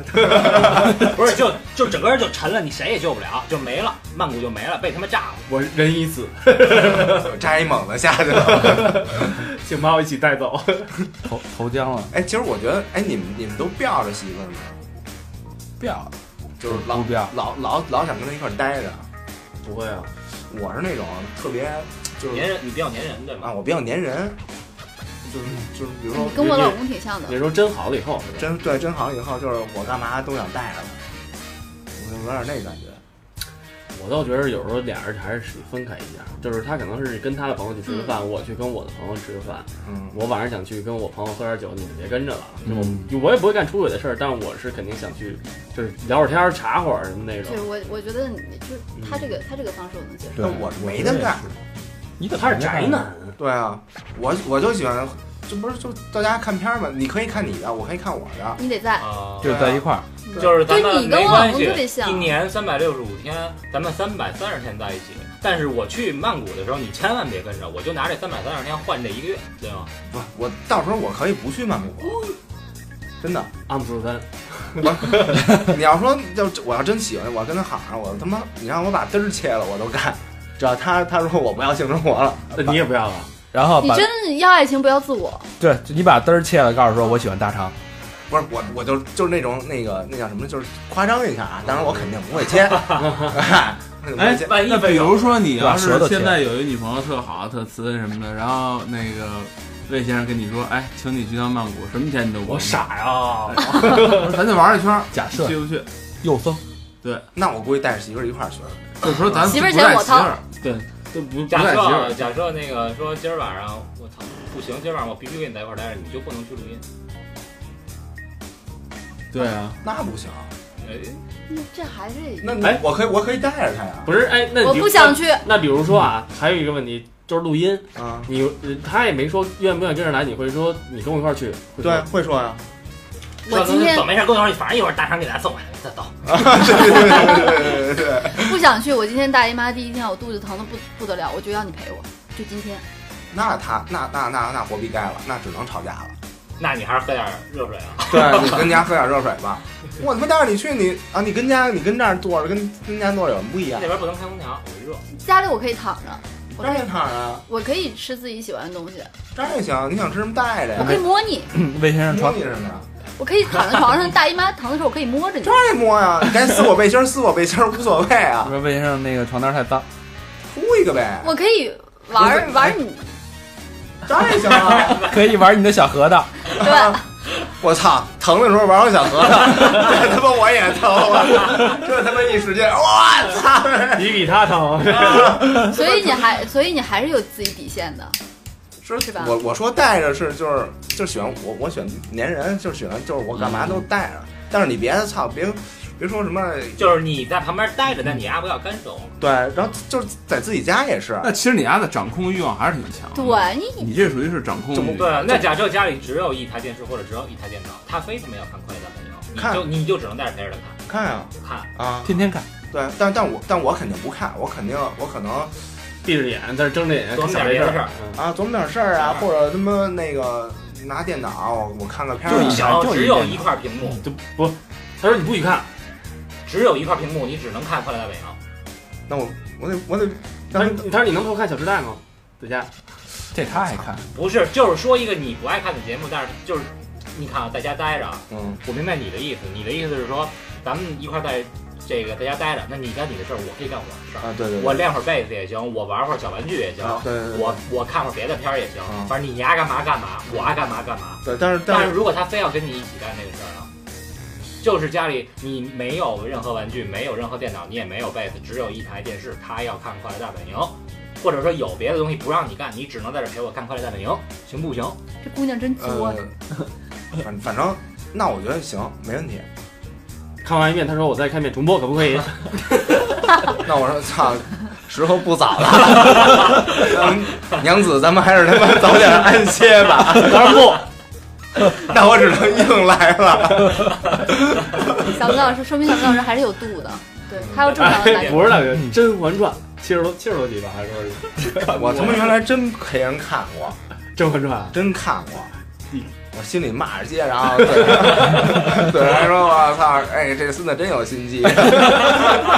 G: 不是就就整个人就沉了，你谁也救不了，就没了，曼谷就没了，被他妈炸了。
D: 我人已死，
E: 扎一猛子下去了。
D: 请把我一起带走。
B: 投投江了，
E: 哎，其实我觉得，哎，你们你们都吊着媳妇儿吗？
B: 不要
E: 就是老
B: 不要，
E: 老老老想跟她一块儿待着。
D: 不会啊，
E: 我是那种特别就是
G: 粘人，你比较粘人对吗
E: 啊，？我比较粘人，就是就是比如说
F: 你跟我老公挺像的
D: 那，时候真好了以后，
E: 真对真好以后，就是我干嘛都想带着她，我就有点那感觉。
D: 我倒觉得有时候俩人还是得分开一下，就是他可能是跟他的朋友去吃个饭，
H: 嗯
D: 我去跟我的朋友吃个饭。
E: 嗯，
D: 我晚上想去跟我朋友喝点酒，你们别跟着了。就我我也不会干出轨的事儿，但是我是肯定想去，就是聊会儿天儿、茶会儿什么那种
F: 对。我我觉得你就是他这个他这个方式我能接受。
E: 那我是没得干。
B: 你
D: 他是宅男，
E: 对啊，我我就喜欢，这不是就到家看片儿吗？你可以看你的，我可以看我的。
F: 你得在，
G: 啊
B: 就是在一块儿，
G: 就是咱
F: 对
G: 们
F: 你跟
G: 没
F: 我老
G: 关
F: 公
G: 系
F: 特别，像
G: 一年三百六十五天，咱们三百三十天在一起。但是我去曼谷的时候，你千万别跟着，我就拿这三百三十天换这一个月，对吗？
E: 不，我到时候我可以不去曼谷，真的。
D: 阿姆斯特丹，
E: 你要说要我要真喜欢，我要跟他好上，我他妈你让我把嘚儿切了我都干。只要他他说我不要性生活了，
D: 那你也不要了。
B: 然后
F: 你
B: 把
F: 真的要爱情不要自我，
B: 对你把嘚儿切了，告诉说我喜欢大肠，
E: 不是我我就就是那种那个那叫什么，就是夸张一下啊。当然我肯定不会切， 哎肯定不会
C: 哎
E: 切，
G: 万一
C: 那比如说你要
B: 把舌
C: 是
B: 头切
C: 现在有一女朋友特好、特慈什么的，然后那个魏先生跟你说，哎，请你去趟曼谷，什么钱你都不
D: 我傻呀、
C: 我说咱就玩一圈 儿，
B: 假
C: 你
B: 设
C: 去不去？
B: 又疯，
E: 那我估计带着媳妇儿一块儿去了。
C: 就是说咱
F: 媳妇
C: 不
F: 儿
C: 带
F: 钱我
C: 媳妇
F: 掏
C: 儿，对，就不不
G: 假
C: 带媳妇
G: 设啊
C: 儿。
G: 假设那个说今儿晚上我操不行，今儿晚上我必须跟你在一块儿待着，你就不能去录音。
C: 对 啊，
E: 那不行，
G: 哎，
F: 那这还是
E: 那你
D: 哎
E: 我可以我可以带着他呀。
D: 不是，哎，那
F: 我
D: 比
F: 不想去。
D: 那比如说啊，还有一个问题就是录音，
E: 啊，
D: 你呃他也没说愿不愿意跟着来，你会说你跟我一块儿去，会
E: 对，
D: 说
E: 会说呀。
F: 我今天
G: 走没事，跟我说你反正一会儿大肠给咱送过来，再走。
F: 不想去，我今天大姨妈第一天，我肚子疼的不不得了，我就要你陪我，就今天。
E: 那他那那那那活逼该了，那只能吵架了。
G: 那你还是喝点热水啊。
E: 对 你跟家喝点热水吧。我他妈带着你去你啊，你跟家你跟这儿坐着跟跟家坐着有什么不一
G: 那
E: 样？
G: 边不能开空调，我热。
F: 家里我可以躺着，我
E: 这儿也躺着，
F: 我可以吃自己喜欢的东西，
E: 这儿也行，你想吃什么带着
F: 我可以
E: 呀。
F: 摸你，
B: 魏先生
E: 摸
B: 床
E: 你什么呀？
F: 我可以躺在床上，大姨妈疼的时候我可以摸着你
E: 这。儿也摸呀，你该撕我背心儿撕我背心儿无所谓啊，
B: 说魏先生那个床单太脏，
E: 秃一个呗，
F: 我可以玩儿玩儿你，
E: 这儿也行啊。
B: 可以玩你的小核桃，
F: 对，
E: 我操，疼的时候玩我小核桃， 这他妈我也疼，我操，这他妈一使劲，我操，
D: 你比他疼，
F: 所以你还所以你还是有自己底线的，
E: 是
F: 是吧
E: 我我说带着是就是就喜欢我我喜欢粘人，就喜欢就是我干嘛都带着，但是你别操别别说什么
G: 就是你在旁边待着，但你丫不要干手。
E: 对，然后就是在自己家也是，
C: 那其实你丫的掌控欲望还是挺强的。，
F: 对你
C: 你这属于是掌控
E: 怎么
C: 欲。
G: 对，啊那假设家里只有一台电视或者只有一台电脑，他非他妈要看快乐大
E: 看
G: 本营，你就你就只能带着陪着他看
E: 看呀
G: 看。
E: 啊，
B: 天天看，
E: 对，但但我但我肯定不看，我肯定我可能
D: 闭着眼，但是睁着眼
G: 琢磨
D: 想
G: 点
D: 这
G: 别的事
D: 事
G: 儿
D: 儿。嗯
E: 啊琢磨点事儿啊，或者他妈那个拿电脑我看个片
B: 就
E: 儿
B: 是
E: 啊，
G: 想要
B: 就
G: 嗯只
B: 一
G: 有
B: 电脑
G: 一块屏幕，
D: 就不，他说你不许看，
G: 只有一块屏幕，你只能看快乐大本营。
E: 那我我得我得，
D: 他
E: 但
D: 说
E: 是
H: 哎
D: 他说你能陪我看《小时代》吗？在家，
B: 这他爱看，
G: 不是，就是说一个你不爱看的节目，但是就是你看啊，在家待着啊，
E: 嗯
G: 我明白你的意思，你的意思是说咱们一块儿在这个在家待着，那你干你的事儿，我可以干我的事儿。
E: 啊，
B: 嗯
E: 对对
G: 我
E: 对，
G: 练会儿被子也行，我玩会儿小玩具也行，
E: 啊对对对
G: 我我看会儿别的片儿也行
B: 嗯
E: 啊，
G: 反正你爱干嘛干嘛，我爱干嘛干嘛。
E: 对，但是但
G: 但
E: 是
G: 是如果他非要跟你一起干这个事儿呢，就是家里你没有任何玩具，没有任何电脑，你也没有被子，只有一台电视，他要看《快乐大本营》，或者说有别的东西不让你干，你只能在这陪我看《快乐大本营》，行不行？
F: 这姑娘真作
E: 呃，反反正那我觉得行，没问题。
H: 看完一遍，他说我再看一遍重播可不 可以？
E: 那我说操，时候不早了，嗯娘子，咱们还是他妈早点安歇吧。他说不， 那我只能硬来 了。
F: 小明老师，说明小明老师还是有度的，对，他有正常 的感觉。
H: 哎不是大哥，《甄嬛传》七十多七十多集吧，还是说是
E: 我他妈原来真陪人看过，
H: 《甄嬛
D: 啊
H: 传
E: 真看过，嗯我心里骂着街，然后对 对人说：“我操，哎，这孙子真有心机。”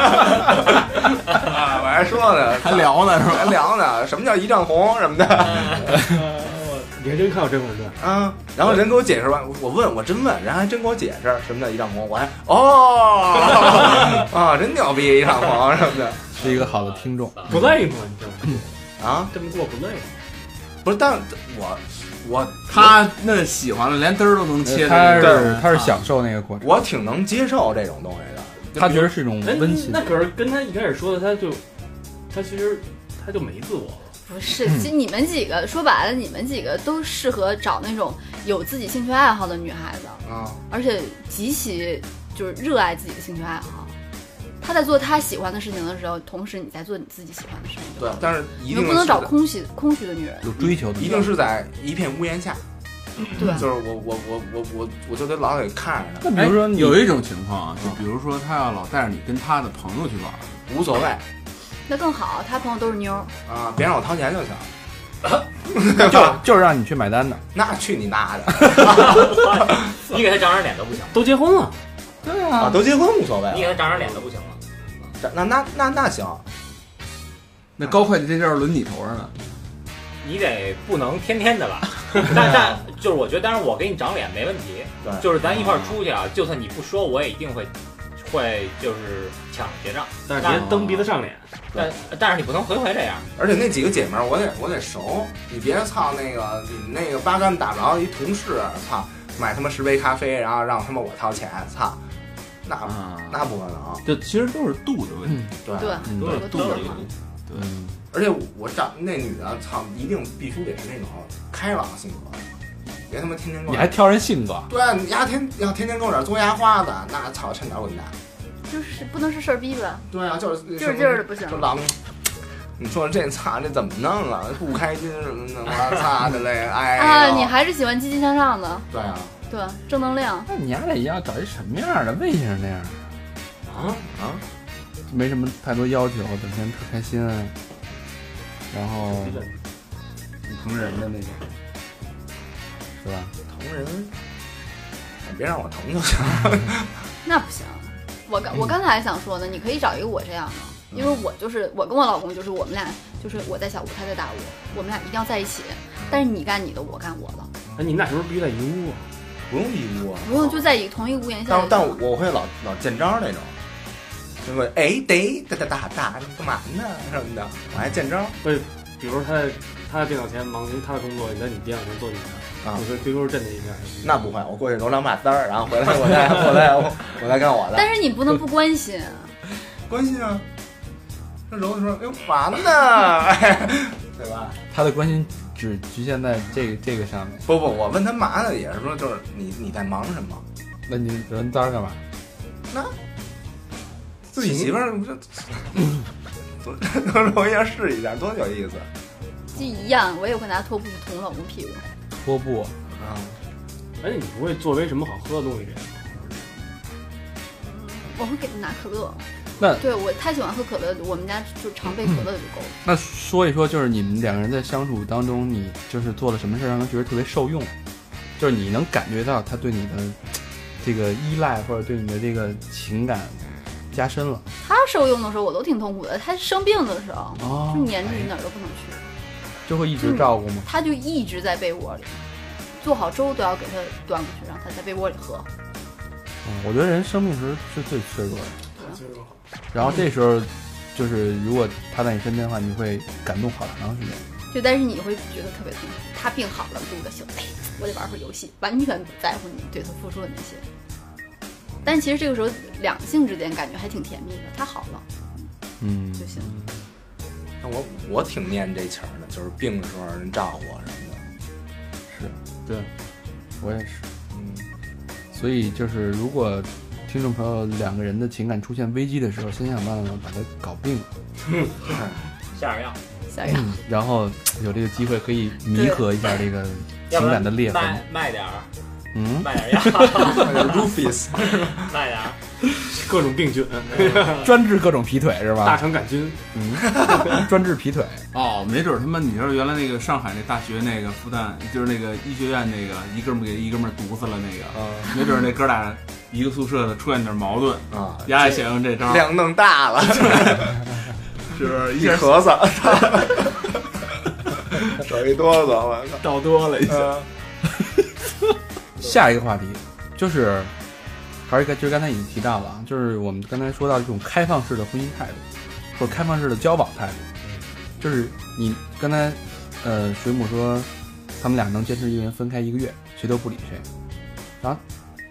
E: 啊，我还说呢，嗯
C: 还聊呢是吧？
E: 还聊呢，什么叫一丈红什么的。
H: 哦》，你还真看过《甄嬛传》？
E: 啊，然后人给我解释完，我我问我真问，人还真给我解释什么叫一丈红，我还 哦啊，真牛逼一丈红什么的
B: 是一个好的听众。
H: 不累 吗？你知道吗？
E: 啊，
H: 这么做不累吗？
E: 不是，但我我
C: 他那喜欢了，连嘚儿都能切的。
B: 他
E: 对
B: 是他是享受那个过程，
E: 我挺能接受这种东西的，
B: 他觉得是一种
H: 哎
B: 温馨。
H: 那可是跟他一开始说的，他就他其实他就没自我了。
F: 不是，其实
E: 嗯
F: 你们几个说白了，你们几个都适合找那种有自己兴趣爱好的女孩子，
E: 啊，
F: 而且极其就是热爱自己的兴趣爱好。她在做她喜欢的事情的时候，同时你在做你自己喜欢的事情。
E: 对，但是一
F: 你
E: 定
F: 们
E: 是
F: 不能找空虚空虚的女人。
B: 有追求的，
E: 一定是在一片屋檐下，
F: 对
E: 嗯就是我我我我我我就得老得看着
B: 那
E: 他，
B: 比如说你
C: 哎有一种情况啊，就比如说他要老带着你跟他的朋友去玩，
E: 无所谓
F: 那更好，她朋友都是妞儿，
E: 啊，别让我掏钱就行。
B: 就就是让你去买单的，
E: 那去你大的
G: 你给他长点脸都不行，
H: 都结婚了，
B: 对
E: 啊！
B: 啊，
E: 都结婚无所谓
G: 你
E: 了，
G: 给他长点脸都不行了。
E: 那那那那行，
C: 那高会计这阵儿轮你头上呢。
G: 你得不能天天的吧？ 但 但就是我觉得，当然我给你长脸没问题
E: 对，
G: 就是咱一块儿出去啊，就算你不说，我也一定会会就是抢结账。
H: 但是别蹬鼻子上脸。
G: 但但是你不能回回这样，
E: 而且那几个姐们儿，我得我得熟，你别操那个你们那个八竿子打不着一同事，操，买他妈十杯咖啡，然后让他妈我掏钱，操，那、
C: 啊，
E: 那不可能，
C: 就其实都是度的问题。
E: 对，
F: 对，
B: 嗯
F: 有个
C: 度
F: 度
C: 的
F: 儿
C: 问
F: 嘛。
C: 题。
E: 而且我找那女的，操，一定必须得是那种开朗性格，别他妈天天跟
B: 你
E: 我
B: 还挑人性格，
E: 对啊，你丫天要天天跟我这儿嘬牙花子，那操，趁早滚蛋，
F: 就是不能是事儿逼吧？
E: 对啊，就是就
F: 就是就是不行
E: 就老。你说这操这怎么弄啊？不开心什么的，我操的嘞！哎呦
F: 啊，你还是喜欢积极向上的，
E: 对啊
F: 对，正能量。
B: 那你还得要找一什么样的？为什么那样？
E: 啊啊！
B: 没什么太多要求，整天特开心，啊然后
C: 疼人的那种。
B: 是吧？
E: 疼人，哎别让我疼就行。
F: 那不行，我刚我刚才还想说呢，你可以找一个我这样的，因为我就是我跟我老公就是我们俩就是我在小屋，他在大屋，我们俩一定要在一起。但是你干你的，我干我的，
H: 哎，你们俩是不是必须在一屋啊？
E: 不用义务啊，
F: 不用就在一同一屋檐下
E: 但
F: 就行
E: 但
F: 了。
E: 我会老老见招那种，就会哎得哒哒哒哒，你干嘛呢什么的，我还见招
H: 比如他在他在电脑前忙他的工作，你在你电脑前做你的，
E: 啊
H: 你跟对勾站在一边。
E: 那不会，我过去揉两把丝儿，然后回来我再我再我我再干我的。
F: 但是你不能不关心，
E: 关心啊，那揉的时候，哎呦嘛呢，哎对吧？
B: 他的关心只局限在这个这个上面。
E: 不不，我问他嘛呢，也是说就是你你在忙什么？
B: 那你人单干嘛？
E: 自己媳妇儿不就 多多揉一下试一下，多有意思
F: 就一样。我也会拿拖布去捅老公屁股，
B: 拖布，
E: 啊！
H: 哎，你不会做杯什么好喝的东西这 样？
F: 我会给他拿可乐。
B: 那
F: 对我太喜欢喝可乐，我们家就常备可乐就够了。
B: 那说一说，就是你们两个人在相处当中，你就是做了什么事儿让他觉得特别受用，就是你能感觉到他对你的这个依赖或者对你的这个情感加深了
F: 他受用的时候我都挺痛苦的，他生病的时候
B: 哦
F: 就黏着你哪儿都不能去。
B: 就会一直照顾吗？
F: 他就一直在被窝里，做好粥都要给他端过去，让他在被窝里喝。
B: 嗯，我觉得人生病时候是最脆弱的。
E: 岁数好，
B: 然后这时候就是如果他在你身边的话，你会感动好长时间。
F: 就但是你会觉得特别痛苦。他病好了，撸个袖，哎，我得玩会儿游戏，完全不在乎你对他付出的那些。但其实这个时候，两性之间感觉还挺甜蜜的。他好了
B: 嗯
F: 就行。
E: 但我我挺念这情儿的，就是病的时候让人照顾我什么的。
B: 我也是。
E: 嗯，
B: 所以就是如果听众朋友两个人的情感出现危机的时候，先想办法把它搞病，
G: 下点药，
F: 下一个，
B: 然后有这个机会可以弥合一下这个
G: 要
B: 情
G: 不然
B: 感的裂
G: 卖
B: 痕。
G: 卖点儿，
B: 嗯，
G: 卖点药，
E: Rufus，
G: 卖点儿。
H: 各种病菌，啊
B: 专治各种劈腿是
H: 大
B: 吧？
H: 肠杆菌，
B: 专治劈腿。
C: 哦，没准儿他妈你知道原来那个上海那大学那个复旦就是那个医学院那个一哥们儿给一哥们儿毒死了那个，
E: 嗯
B: 啊，
C: 没准儿那哥俩一个宿舍的出现点矛盾，
E: 啊，
C: 丫也想用这招儿，
E: 量弄大了，
C: 是不 是？一
E: 一
C: 下
E: 咳嗽， 手一哆嗦，我操
C: 倒多了一下，
E: 嗯！
B: 下一个话题就是，还是刚就是刚才已经提到了啊，就是我们刚才说到这种开放式的婚姻态度，或者开放式的交往态度，就是你刚才呃水母说他们俩能坚持一个人分开一个月，谁都不理谁，然后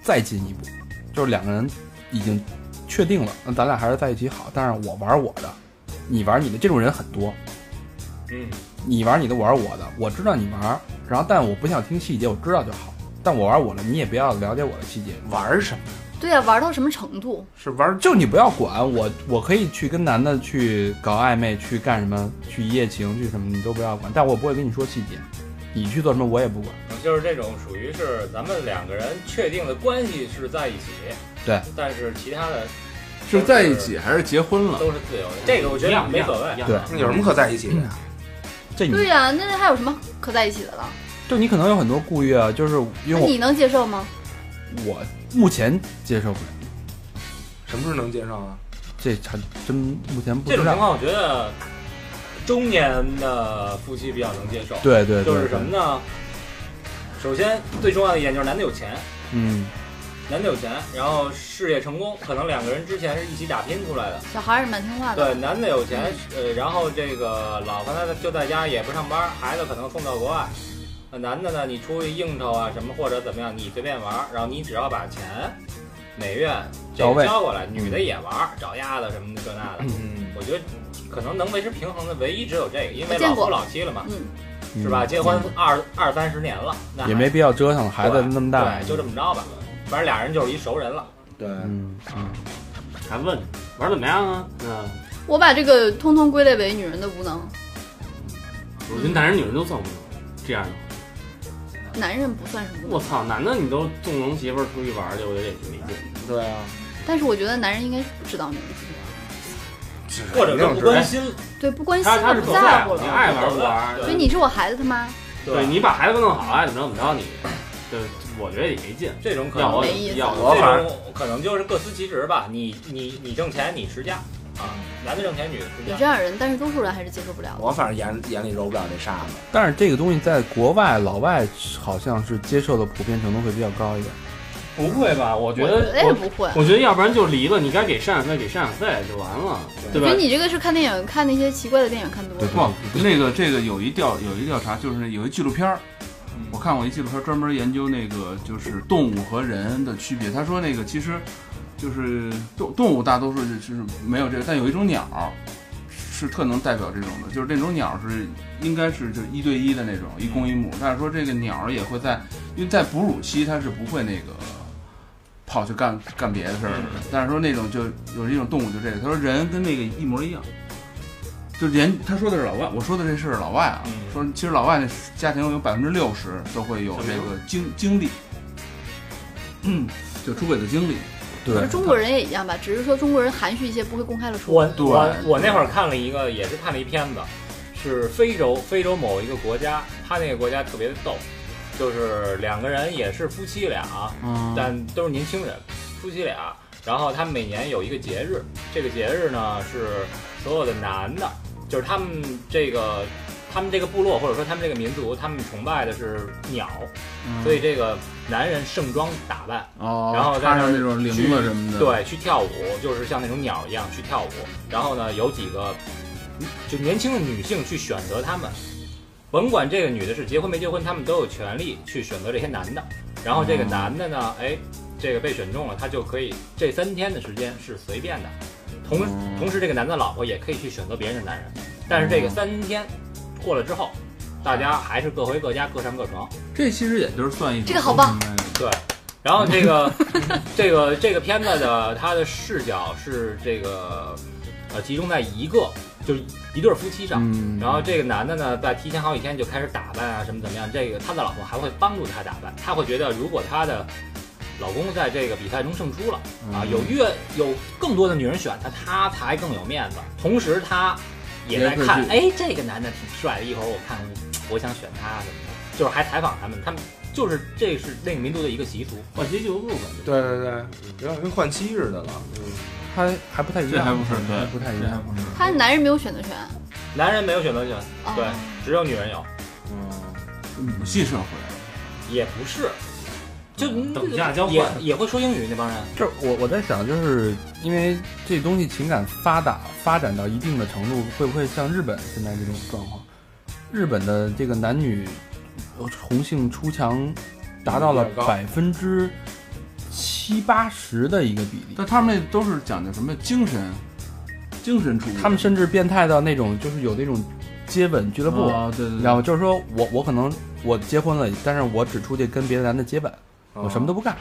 B: 再进一步，就是两个人已经确定了，那咱俩还是在一起好，但是我玩我的，你玩你的，这种人很多，
G: 嗯，
B: 你玩你的，我玩我的，我知道你玩，然后但我不想听细节，我知道就好。但我玩我的，你也不要了解我的细节，
E: 玩什么？
F: 对呀、玩到什么程度？
E: 是玩
B: 就你不要管我，我可以去跟男的去搞暧昧，去干什么，去一夜情，去什么，你都不要管。但我不会跟你说细节，你去做什么我也不管。
G: 嗯就是这种属于是咱们两个人确定的关系是在一起，
B: 对，
G: 但是其他的
C: 是在一起还是结婚了？
G: 都是自由的，这个我觉
H: 一
G: 得
H: 样
G: 没所谓
H: 一。样
B: 对
E: 那有什么可在一起的呀？
B: 这
F: 对
B: 你
F: 呀、那还有什么可在一起的了？
B: 就你可能有很多顾虑啊，就是因
F: 那
B: 为我
F: 你能接受吗？
B: 我目前接受不了，
E: 什么时候能接受啊？
B: 这还真目前不
G: 这种
B: 知
G: 情
B: 道。
G: 况，我觉得中年的夫妻比较能接受。
B: 对对对，
G: 就是什么呢？首先最重要的一点就是男的有钱，
B: 对？嗯，
G: 男的有钱，然后事业成功，可能两个人之前是一起打拼出来的。
F: 小孩儿也蛮听话的，
G: 对，男的有钱，呃，然后这个老婆她就在家也不上班，孩子可能送到国外。呃男的呢，你出去应酬啊什么或者怎么样，你随便玩儿，然后你只要把钱每月这
B: 到位
G: 个交过来，女的也玩儿，找丫的什么的啊这那的。
E: 嗯，
G: 我觉得可能能维持平衡的唯一只有这个，因为
F: 我见
G: 老
F: 过
G: 夫老妻了嘛，
F: 嗯，
G: 是吧？
B: 嗯
G: 结婚二二三十年了，那还
B: 也没必要折腾了，孩子那么大，
G: 对，就这么着吧。反正俩人就是一熟人了，
E: 对，
B: 嗯啊，
H: 还问玩怎么样啊？嗯，
F: 我把这个通通归类为女人的无能，
H: 我觉得男人女人都算无能，这样的话。
F: 男人不算什么无
H: 我
F: 能，
H: 操，男的你都纵容媳妇儿出去玩去，我觉得也挺理解的。
E: 对啊，
F: 但是我觉得男人应该是不知道女人是什么，
G: 或者就不
H: 哎
G: 关心，
F: 对，不关心
H: 他他是
F: 不
H: 所
F: 在乎
H: 乎，你
F: 了，
H: 爱玩不玩？
F: 所以你是我孩子他妈，
H: 对你把孩子弄好，爱怎么着怎么着你，对，我觉得也没劲。
G: 这种可
H: 要
G: 能
H: 我
F: 没意思
H: 要
G: 这
H: 我
G: 种可能就是各司其职吧。你你你挣钱，你持家啊，男的挣钱，女的
F: 有
G: 持
F: 这
G: 家。
F: 样的人，但是多数人还是接受不了的。
E: 我反正眼眼里揉不了这沙子。
B: 但是这个东西在国外老外好像是接受的普遍程度会比较高一点。
H: 不会吧？我觉
F: 我
H: 得
F: 觉得也哎不会，
H: 我觉得要不然就离了，你该给赡养费给赡养费就完了，对
F: 我
H: 吧
F: 觉得？你这个是看电影，看那些奇怪的电影看多
B: 对
F: 了。
C: 不，那个这个有一调有一调查，就是那有一纪录片儿，我看过一纪录片儿专门研究那个就是动物和人的区别。他说那个其实就是动动物大多数是是没有这个，但有一种鸟儿是特能代表这种的，就是那种鸟儿是应该是就一对一的那种，一公一母。但是说这个鸟儿也会在，因为在哺乳期它是不会那个。跑去干干别的事儿
G: 嗯
C: 的，但是说那种就有一种动物就这个，他说人跟那个一模一样，就人他说的是老外，我说的这事儿是老外啊，
G: 嗯
C: 说其实老外那家庭有百分之六十都会有这个经经历，嗯，就出轨的经历，
F: 我
B: 对
F: 说中国人也一样吧，只是说中国人含蓄一些，不会公开了说。
G: 我
C: 对
G: 我我那会儿看了一个，也是看了一片子，是非洲非洲某一个国家，他那个国家特别的逗，就是两个人也是夫妻俩，
B: 嗯
G: 但都是年轻人，夫妻俩。然后他们每年有一个节日，这个节日呢是所有的男的，就是他们这个他们这个部落或者说他们这个民族，他们崇拜的是鸟，所以这个男人盛装打扮，
C: 哦，
G: 然后在
C: 插
G: 那
C: 上
G: 儿
C: 那种铃子什么的，，
G: 对，去跳舞，就是像那种鸟一样去跳舞。然后呢，有几个就年轻的女性去选择他们，甭管这个女的是结婚没结婚，他们都有权利去选择这些男的。然后这个男的呢，哎，这个被选中了，他就可以这三天的时间是随便的。同同时，这个男的老婆也可以去选择别人的男人，但是这个三天过了之后，大家还是各回各家，各上各床。
C: 这其实也就是算一种
F: 这个好棒
C: 公平的
G: 对，然后这个 这个这个片子的它的视角是这个呃集中在一个就是一对夫妻上，
B: 嗯，
G: 然后这个男的呢在提前好几天就开始打扮啊什么怎么样，这个他的老婆还会帮助他打扮，他会觉得如果他的老公在这个比赛中胜出了啊，有越有更多的女人选他，他才更有面子。同时他也在看
C: 也，
G: 哎，这个男的挺帅的，一会儿我看我想选他什么的，就是还采访他们，他们就是这是那个民族的一个习俗。
H: 换新俱乐部吧。
E: 对对对，有点跟换妻似的了。
B: 还还不太一
C: 这
B: 样，
C: 还不是对
B: 还不太一
C: 这还
B: 样。
C: 不是，
F: 他男人没有选择权。
G: 男人没有选择权，
F: 哦
G: 对，只有女人有，
E: 嗯
C: 母系社会，
G: 也不是，就
H: 等价交换
G: 也也会说英语那帮人，
B: 这我我在想，就是因为这东西情感发达发展到一定的程度，会不会像日本现在这种状况？日本的这个男女呃同性出墙达到了
E: 有点高
B: 百分之七八十的一个比例，
C: 但他们那都是讲究什么精神，精神主义，
B: 他们甚至变态到那种就是有那种接吻俱乐部，
C: 啊，对对
B: 你
C: 对，
B: 知道吗？就是说我我可能我结婚了，但是我只出去跟别的男的接吻，我什么都不干。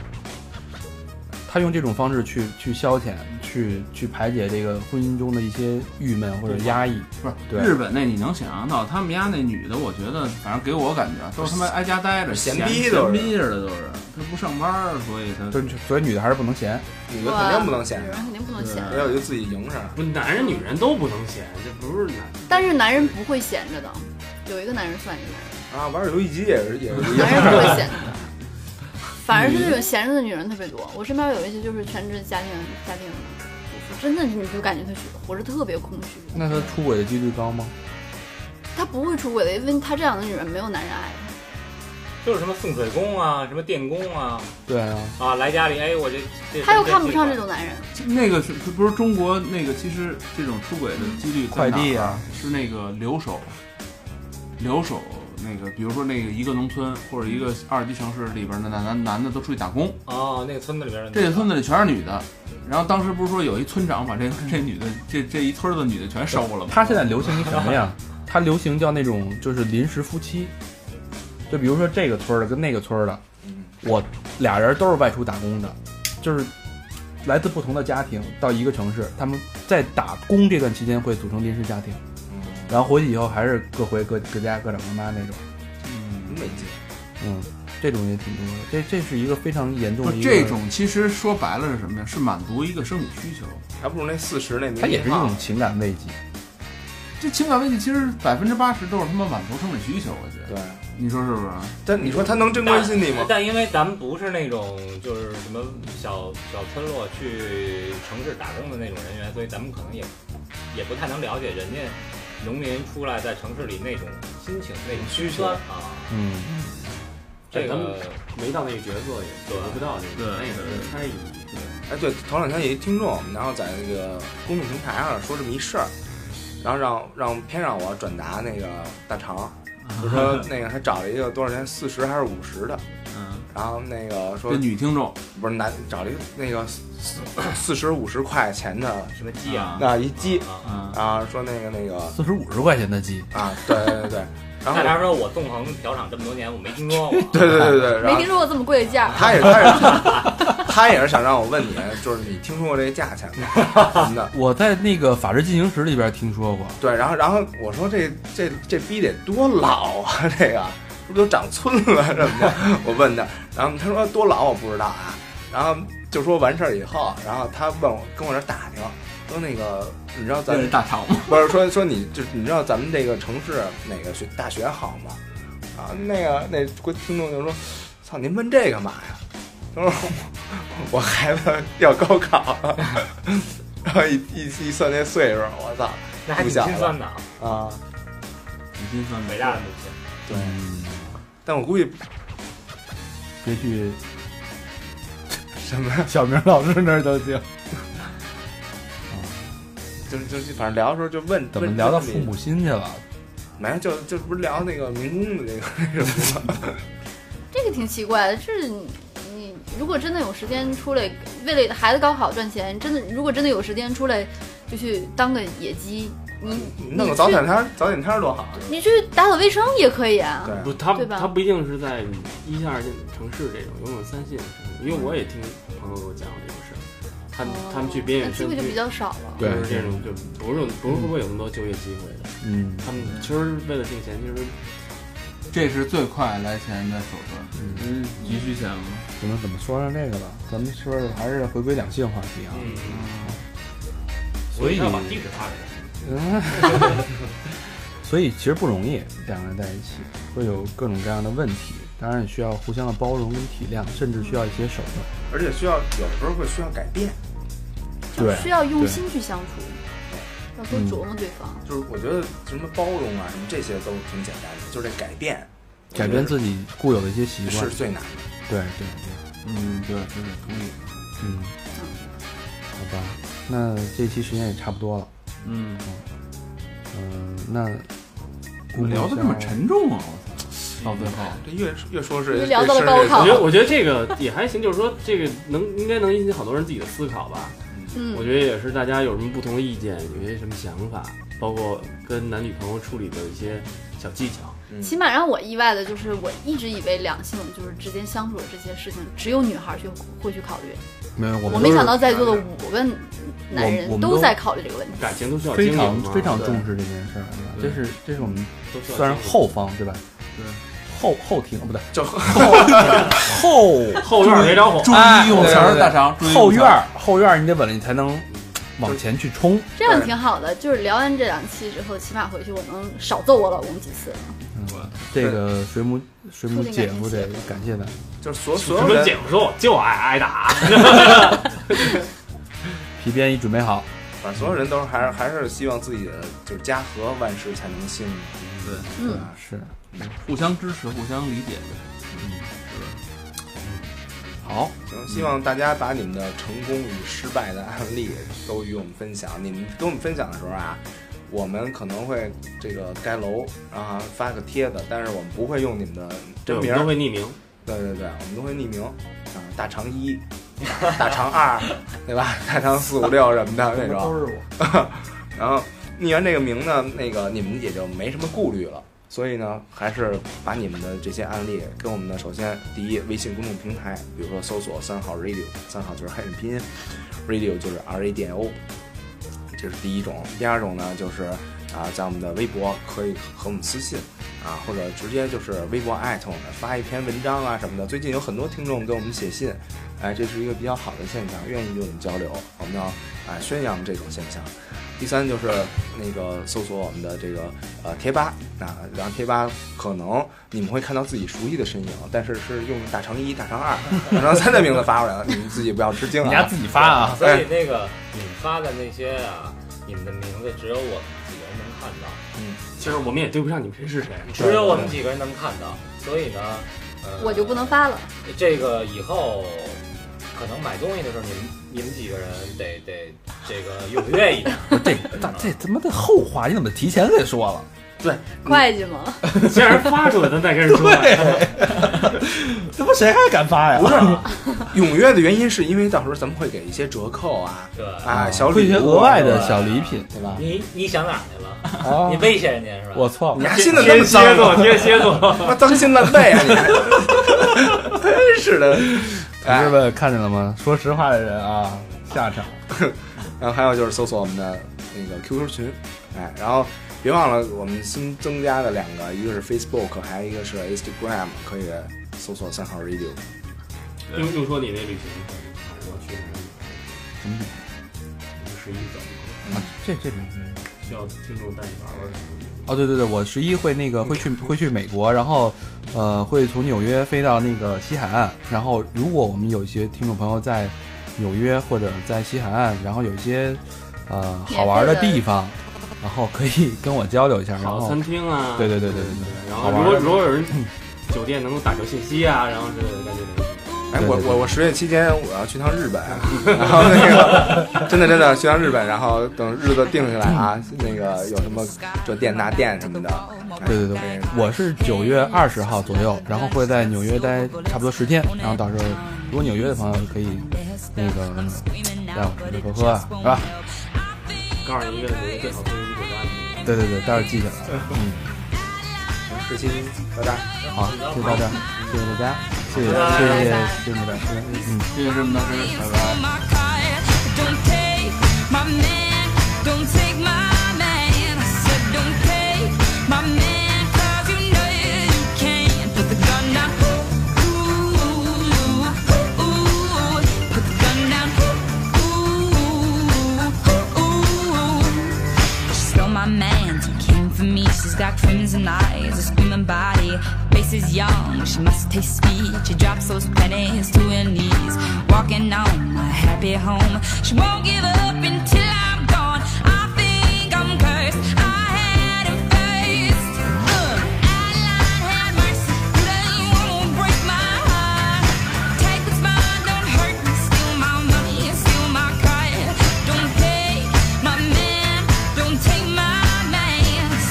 B: 他用这种方式去去消遣，去去排解这个婚姻中的一些郁闷或者压抑。
C: 不是
B: 对
C: 日本那你能想象到，他们家那女的，我觉得反正给我感觉啊都是他妈挨家待着，
E: 闲
C: 闲
E: 逼都
C: 闲
E: 是
C: 逼似的都是，她不上班儿，所以她
B: 就是所以女的还是不能闲。
E: 女的肯定不能显
F: 女人
E: 着，
F: 肯定不能闲，
E: 要有就自己迎上。
H: 不，男人女人都不能闲，这不是男。
F: 但是男人不会闲着的，有一个男人算一个
E: 啊，玩儿游戏机也是也 是一
F: 男人，
E: 样。
F: 男人不会闲着的。反而是这种闲着的女人特别多，我身边有一些就是全职家庭家庭主妇，真的你就感觉她活着特别空虚。
B: 那她出轨的几率高吗？
F: 她不会出轨的，因为她这样的女人没有男人爱。
G: 就是什么送水工啊，什么电工啊，
B: 对啊，
G: 啊，来家里，哎，我这这
F: 她又看不上这种男人，
C: 那个是不是中国那个？其实这种出轨的几率在
B: 快
C: 哪儿
B: 递啊，
C: 是那个留守，留守那个，比如说那个一个农村或者一个二级城市里边的男男男的都出去打工，
G: 哦，那个村子里边的
C: 这个村子里全是女的。然后当时不是说有一村长把这这女的这这一村子的女的全收了吗？
B: 她现在流行一什么 呀？她流行叫那种就是临时夫妻，就比如说这个村儿的跟那个村儿的，我俩人都是外出打工的，就是来自不同的家庭到一个城市，他们在打工这段期间会组成临时家庭，然后回去以后还是各回各各家各找各妈那种，
E: 嗯，没劲。
B: 嗯，这种也挺多的。这这是一个非常严重
C: 不
B: 的
C: 是
B: 一个
C: 这，种，其实说白了是什么呀？是满足一个生理需求。
E: 还不如那四十那名
B: 它也是一
E: 胖
B: 种情感慰藉。
C: 这情感问题其实百分之八十都是他妈满足生理需求，我觉得。
E: 对，
C: 你说是不是？啊
E: 但你说他能真关心你吗？
G: 但因为咱们不是那种就是什么小小村落去城市打工的那种人员，所以咱们可能也也不太能了解人家农民出来在城市里那种心情、那种
E: 需求
G: 酸啊。
B: 嗯，
G: 这
H: 咱们
G: 个
H: 没到那个角色，也解读不到这个
C: 对
H: 那个差异。
E: 哎，对，头两天有一听众，然后在那个公众平台上说这么一事儿，然后让让偏让我转达那个大肠，就 说那个他找了一个多少钱，四十还是五十的，
C: 嗯，
E: 然后那个说
C: 这女听众
E: 不是男找了一个那个四 四十五十块钱的
G: 什么鸡啊，
E: 那一鸡
G: 啊啊
C: 啊，
E: 啊，说那个那个
B: 四十五十块钱的鸡，
E: 啊，对对对对，然后
G: 大家说我纵横嫖场这么多年，我没听 说过。啊
E: 对对对对，然
F: 没
E: 后
F: 听说过这么贵的价。
E: 他也他也是他也是想让我问你，就是你听说过这价钱吗？ 什么的。
B: 我在那个《法制进行时》里边听说过，
E: 对，然后然后我说这这这逼得多老啊， 这个是不是都长村了什么 的？我问他，然后他说多老我不知道啊，然后就说完事儿以后，然后他问我跟我这儿打听，说那个你知道咱
C: 这是
E: 们
C: 大肠吗？
E: 不是说说你就是你知道咱们这个城市哪个学大学好吗？啊，那个那听众就说，操，您问这干嘛呀？他说我孩子要高考了，然后一一一算那岁数，我操
G: 那还挺心酸的啊。
E: 啊！
C: 母亲算
G: 伟大的母亲。
E: 对，但我估计
B: 别去
E: 什么，
B: 小明老师那儿都行。
E: 就就就反正聊的时候就问
B: 怎么
E: 问
B: 聊到
E: 问
B: 父母心去了？
E: 没有，就就不是聊那个民工的那个什 么吗？
F: 这个挺奇怪的，就是你你如果真的有时间出来，为了孩子高考赚钱，真的如果真的有时间出来，就去当个野鸡，你
E: 弄个早点摊儿，早点摊儿多好。
F: 你去打扫卫生也可以啊。
E: 对
D: 不，他
F: 对吧
D: 他不一定是在一线二线城市这种，有种三线城市，因为我也听朋友给我讲过这种事儿，他们他们去边
F: 哦那
D: 远
F: 机
D: 山
F: 会
D: 区
F: 就，比较少了。
B: 对
D: 就是这种就不是不是会有那么多就业机会的，
B: 嗯，
D: 他们其实为了挣钱，其实
C: 这是最快来钱的手段，
D: 嗯
C: 急需钱吗？
B: 怎么怎么说上这个了？咱们说说还是回归两性话题啊。
H: 嗯
B: 所以
G: 要把地址发给他。
B: 所以其实不容易，两个人在一起会有各种各样的问题，当然也需要互相的包容跟体谅，甚至需要一些手段。
E: 而且需要有时候会需要改变，
B: 对
F: 需要用心去相处，要多琢磨对方。
E: 就是我觉得什么包容啊，什么这些都挺简单的，就是这改变，
B: 改变自己固有的一些习
E: 己
B: 惯
E: 是。最难的。
B: 对对对，
C: 嗯，对，这个同意。
B: 嗯，好吧，那这期时间也差不多了。
C: 嗯，
B: 嗯、那
C: 怎么聊的这么，沉重啊！我操，到最后
E: 这越越说是
F: 越聊到了
E: 深
F: 高
E: 入
F: 考
D: 我觉得我觉得这个也还行，就是说这个能应该能引起好多人自己的思考吧。
F: 嗯
D: 我，觉得也是大家有什么不同的意见，有些什么想法，包括跟男女朋友处理的一些小技巧。
E: 嗯
F: 起码让我意外的就是，我一直以为两性就是之间相处的这些事情，只有女孩去会去考虑。
B: 没有，我
F: 我
B: 们
F: 没
B: 都是
F: 想到在座的五个男
B: 我
F: 人
B: 们都
F: 在考虑这个问题。
D: 感情都需要经
B: 非
D: 营
B: 常
D: 嘛
B: 非常
D: 对
B: 重视这件事儿，对吧这
D: 对
B: 是这是我们
D: 都需要
B: 算是
D: 经营
B: 后方对吧？
C: 对，
B: 后后庭不对，
E: 就
B: 后
D: 后院没着火，
C: 终于用词
E: 哎对对
C: 儿，
E: 对
C: 大肠终于用词
B: 后
C: 儿
B: 院儿后院儿你得稳了，你才能往前去冲。
F: 这样挺好的，就是聊完这两期之后，起码回去我能少揍我老公几次。
B: 这个水母水母姐夫得感谢他，
E: 就是所所
D: 什
E: 有
D: 么
E: 人哎
D: 姐夫说我就爱挨
G: 啊
D: 打，
B: 皮鞭一准备好，
E: 反正所有人都是还是还是希望自己的就是家和万事才能兴。对，
F: 嗯，
B: 啊是
C: 互相支持，互相理解
B: 好，
E: 行，希望大家把你们的成功与失败的案例都与我们分享。你们跟我们分享的时候啊，我们可能会这个盖楼啊发个帖子，但是我们不会用你们的真
D: 我
E: 名
D: 们
E: 儿
D: 都。会匿名。
E: 对对对，我们都会匿名啊，大长一、 大长二，对吧？大长四五六什么的那种。
B: 是我。
E: 然后匿完这个名呢，那个你们也就没什么顾虑了。所以呢，还是把你们的这些案例跟我们的首先第一微信公众平台，比如说搜索三号 radio，三号就是汉语拼音，radio 就是 R A D I O，这是第一种。第二种呢，就是啊，在我们的微博可以和我们私信啊，或者直接就是微博艾特我们发一篇文章啊什么的。最近有很多听众给我们写信，哎，这是一个比较好的现象，愿意与我们交流，我们要啊宣扬这种现象。第三就是那个搜索我们的这个呃贴吧，啊，然后贴吧可能你们会看到自己熟悉的身影，但是是用大长一、大长二、大长三的名字发过来了，你们自己不要吃惊
B: 你家
E: 啊。
B: 自己发啊，
G: 所以那个你们发的那些啊，你们的名字只有我们几个人能看到，
D: 其实我们也对不上你们谁是谁，
G: 只有我们几个人能看到，所以呢，呃
F: 我就不能发了。
G: 这个以后可能买东西的时候，你们你们几个人得得这个踊跃一 点。
B: 这大这他妈的后话，你怎么提前给说了？嗯
F: 会计嘛，
D: 先让人发出来，咱再跟 人说。
B: 他妈谁还敢发呀？
E: 不是踊跃的原因是因为到时候咱们会给一些折扣啊，
G: 对，
E: 啊小
B: 会一
E: 礼
B: 些
E: 物啊
B: 额外的小礼品，
E: 对吧？
G: 你你想哪儿去了？
B: 啊
G: 你威胁人家是吧？
B: 我错
E: 你
B: 了，
E: 还信的那
D: 天
E: 么脏
D: 蝎
E: 啊，
D: 座，天蝎座，
E: 他妈脏心烂肺啊你 还！真是的，
B: 同
E: 哎
B: 志们看见了吗？说实话的人啊，下场
E: 然后还有就是搜索我们的那个 QQ 群，哎，然后别忘了我们新增加的两个，一个是 Facebook，还有一个是 Instagram，可以搜索三号 radio。
D: 用用说你那旅行，我去哪儿？
B: 嗯
D: 你十一走，
B: 啊，这这没没
D: 需要听众带你玩玩什么的。
B: 哦，对对对，我十一会那个会去会去美国，然后呃会从纽约飞到那个西海岸，然后如果我们有一些听众朋友在纽约或者在西海岸，然后有一些呃好玩的地方，啊、然后可以 跟我交流一下，然
H: 找
B: 后
H: 餐厅啊，
B: 对对对对对
H: 对。
B: 对，
H: 然
B: 好
H: 后
B: 玩儿
H: 如果如果有人酒店能够打球信息啊，然后是感觉联系。
E: 哎，
B: 对
E: 我
B: 对对
E: 我我十月期间我要去趟日本，啊 然后那个真的真的去趟日本，然后等日子定下来啊，那个有什么这店那店什么的，哎
B: 对对对
E: 那个，
B: 我是九月二十号左右，然后会在纽约待差不多十天，然后到时候如果纽约的朋友可以那个带我吃吃喝喝啊，是吧？
H: 告诉你一个纽约最好喝的一酒吧，
B: 对对对，待会儿记下来。嗯，
E: 这期到这儿。
B: 好，就到这儿，嗯谢谢大家，谢谢谢谢谢谢大家，嗯。
C: 谢谢这么大师，拜拜。
I: Don't take my man, don't take my man. I said, don't take my man, 'cause you know you can't. Put the gun down, ooh, ooh, ooh. Put the gun down, ooh, ooh, ooh. She stole my man, she came for me. She's got crimson eyes, a screaming body. Face is young, she must taste sweet. She drops those pennies to her knees. Walking on my happy home. She won't give up until I'm gone. I think I'm cursed. I had it first. Ugh. Adeline had mercy. Bloody woman break my heart. Take what's mine, don't hurt me. Steal my money, steal my car. Don't pay my man. Don't take my man.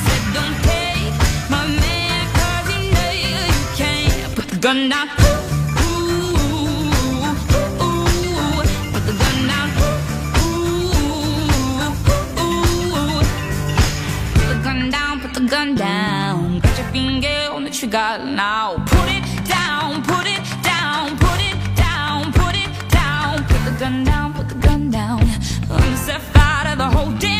I: Said don't take my man 'cause you know you can't. Put the gun down. Ooh, ooh, ooh. Put the gun down. Ooh, ooh, ooh. Put the gun down, put the gun down. Put your finger on the trigger now. Put it down, put it down, put it down, put it down. Put the gun down, put the gun down. I'm set fire to the whole damn. Oh,